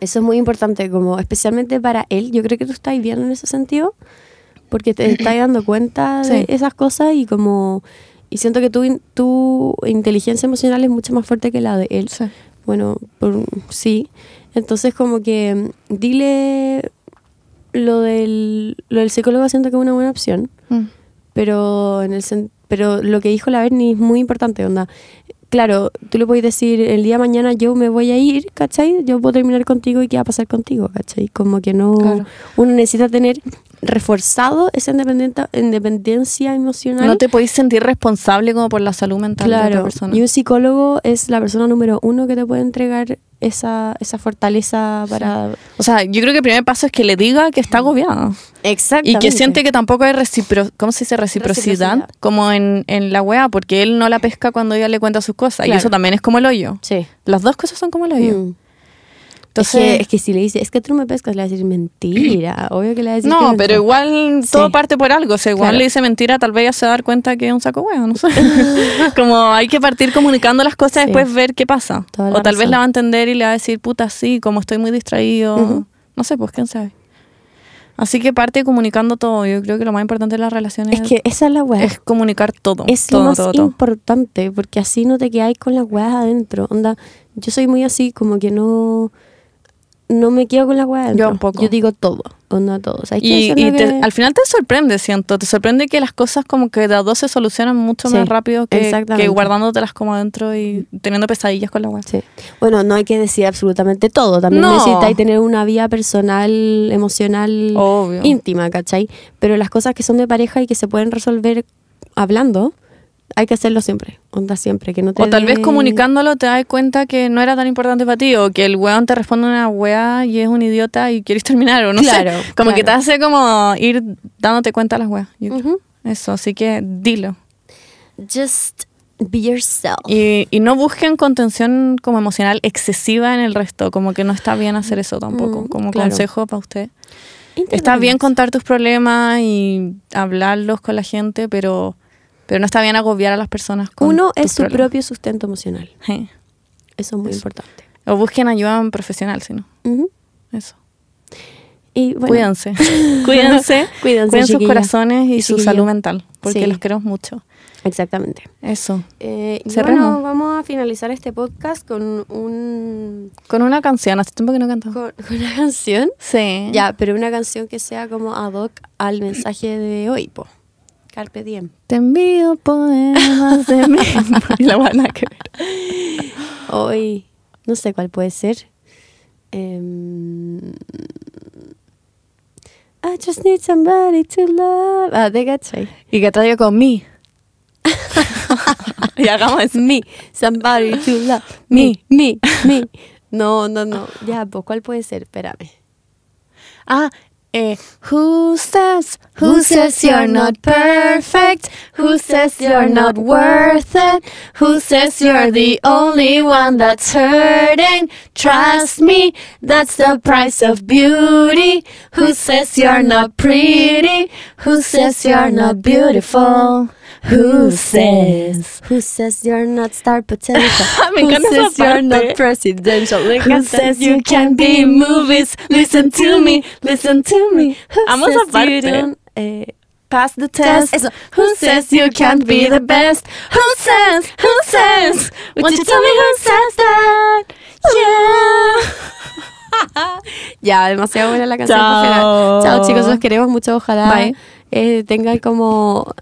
Speaker 1: Eso es muy importante, como especialmente para él. Yo creo que tú estás bien en ese sentido, porque te estás dando cuenta de
Speaker 2: Sí.
Speaker 1: esas cosas y como... Y siento que tu, in- tu inteligencia emocional es mucho más fuerte que la de él. Bueno, por- sí. Entonces como que mm, dile lo del, lo del psicólogo siento que es una buena opción.
Speaker 2: Mm.
Speaker 1: pero en el sen- pero lo que dijo la Berni es muy importante, onda. Claro, tú le puedes decir, el día de mañana yo me voy a ir, ¿cachai? Yo puedo terminar contigo y qué va a pasar contigo, ¿cachai? Como que no...
Speaker 2: Claro.
Speaker 1: Uno necesita tener reforzado esa independienta- independencia emocional.
Speaker 2: No te podéis sentir responsable como por la salud mental de otra
Speaker 1: claro,
Speaker 2: persona.
Speaker 1: y un psicólogo es la persona número uno que te puede entregar esa, esa fortaleza para...
Speaker 2: O sea, yo creo que el primer paso es que le diga que está agobiada y
Speaker 1: Exactamente.
Speaker 2: que siente que tampoco hay recipro ¿cómo se dice? reciprocidad,
Speaker 1: Reciprocidad.
Speaker 2: como en, en la wea, porque él no la pesca cuando ella le cuenta sus cosas y
Speaker 1: Claro.
Speaker 2: eso también es como el hoyo.
Speaker 1: Sí.
Speaker 2: Las dos cosas son como el hoyo.
Speaker 1: Mm.
Speaker 2: Entonces,
Speaker 1: es, que, es que si le dice, es que tú no me pescas, le va a decir mentira. Obvio que le va a decir que
Speaker 2: no, pero igual todo
Speaker 1: Sí.
Speaker 2: parte por algo. O sea, igual
Speaker 1: Claro.
Speaker 2: le dice mentira, tal vez ella se va a dar cuenta que es un saco wea, no sé. como hay que partir comunicando las cosas y
Speaker 1: Sí.
Speaker 2: después ver qué pasa.
Speaker 1: Toda la
Speaker 2: o tal vez
Speaker 1: razón.
Speaker 2: la va a entender y le va a decir, puta, sí, como estoy muy distraído.
Speaker 1: Ujú.
Speaker 2: No sé, pues quién sabe. Así que parte comunicando todo. Yo creo que lo más importante de las relaciones
Speaker 1: Es que esa es la weá.
Speaker 2: es
Speaker 1: Es,
Speaker 2: comunicar todo. todo,
Speaker 1: lo más
Speaker 2: todo, todo.
Speaker 1: importante, porque así no te quedáis con las weas adentro. Onda, yo soy muy así, como que no. no me quedo con la weá. adentro.
Speaker 2: tampoco.
Speaker 1: Yo digo todo, o no todo. ¿Sabes qué?
Speaker 2: Y,
Speaker 1: Eso es
Speaker 2: y
Speaker 1: lo
Speaker 2: te-
Speaker 1: que-
Speaker 2: al final te sorprende, siento. Te sorprende que las cosas como que de a dos se solucionan mucho
Speaker 1: Sí,
Speaker 2: más rápido que,
Speaker 1: exactamente.
Speaker 2: que guardándotelas como adentro y teniendo pesadillas con la web.
Speaker 1: Sí. Bueno, no hay que decir absolutamente todo. También
Speaker 2: No.
Speaker 1: necesitáis tener una vida personal, emocional,
Speaker 2: Obvio.
Speaker 1: íntima, ¿cachai? Pero las cosas que son de pareja y que se pueden resolver hablando, hay que hacerlo siempre. Onda siempre. Que no te
Speaker 2: O tal vez
Speaker 1: dé-
Speaker 2: comunicándolo te das cuenta que no era tan importante para ti o que el weón te responde una weá y es un idiota y quieres terminar o no
Speaker 1: Claro,
Speaker 2: sé. Como
Speaker 1: claro.
Speaker 2: que te hace como ir dándote cuenta de las weas. yo creo.
Speaker 1: Ujú.
Speaker 2: Eso, así que dilo.
Speaker 1: Just be yourself.
Speaker 2: Y, y no busquen contención como emocional excesiva en el resto, como que no está bien hacer eso tampoco,
Speaker 1: Mm,
Speaker 2: como
Speaker 1: claro.
Speaker 2: consejo para usted.
Speaker 1: Inténtalo.
Speaker 2: Está bien contar tus problemas y hablarlos con la gente, pero, pero no está bien agobiar a las personas con
Speaker 1: Uno
Speaker 2: tus
Speaker 1: es su
Speaker 2: problemas.
Speaker 1: propio sustento emocional.
Speaker 2: Sí.
Speaker 1: Eso es muy importante.
Speaker 2: O busquen ayuda profesional, si no.
Speaker 1: Ujú.
Speaker 2: Eso.
Speaker 1: Y bueno,
Speaker 2: Cuídense. Cuídense.
Speaker 1: Cuídense,
Speaker 2: Cuiden sus
Speaker 1: chiquillas.
Speaker 2: corazones y
Speaker 1: Y
Speaker 2: su
Speaker 1: chiquillos.
Speaker 2: salud mental, porque
Speaker 1: Sí.
Speaker 2: los queremos mucho.
Speaker 1: Exactamente.
Speaker 2: Eso.
Speaker 1: Eh, y
Speaker 2: Cerremos.
Speaker 1: bueno, vamos a finalizar este podcast con un
Speaker 2: Con una canción, hace tiempo que no cantamos.
Speaker 1: con, con una canción.
Speaker 2: Sí.
Speaker 1: Ya, pero una canción que sea como ad hoc al mensaje de hoy, po. Carpe diem.
Speaker 2: Te envío poemas de mí. Y la van a querer.
Speaker 1: Hoy, no sé cuál puede ser. Em, I just need somebody to love. Ah, de Gatsby.
Speaker 2: Y que traiga con mí. y hagamos eso.
Speaker 1: Me, somebody to love. Me, me, me. No, no, no. Ya, pues, ¿cuál puede ser? Espérame.
Speaker 2: Ah, eh, who says, who says you're not perfect? Who says you're not worth it? Who says you're the only one that's hurting? Trust me, that's the price of beauty. Who says you're not pretty? Who says you're not beautiful? Who says?
Speaker 1: Who says you're not star potential?
Speaker 2: Me
Speaker 1: Who
Speaker 2: encanta esa
Speaker 1: says you're
Speaker 2: parte.
Speaker 1: not presidential? Me
Speaker 2: Who
Speaker 1: encanta.
Speaker 2: says you can be in movies? Listen to me, listen to me.
Speaker 1: Who
Speaker 2: Amo esa
Speaker 1: says you
Speaker 2: parte.
Speaker 1: don't, eh,
Speaker 2: Pass the test.
Speaker 1: Eso.
Speaker 2: Who says you can't be the best? Who says? Who says? Would you tell me who says that? Yeah.
Speaker 1: Ya, demasiado buena la canción.
Speaker 2: Chao.
Speaker 1: para cerrar. Chao chicos, los queremos mucho. Ojalá
Speaker 2: Bye.
Speaker 1: eh, tengan como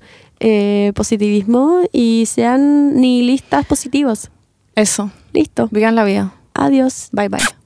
Speaker 1: eh, positivismo y sean nihilistas positivos.
Speaker 2: Eso.
Speaker 1: Listo.
Speaker 2: Vivan la vida.
Speaker 1: Adiós.
Speaker 2: Bye bye.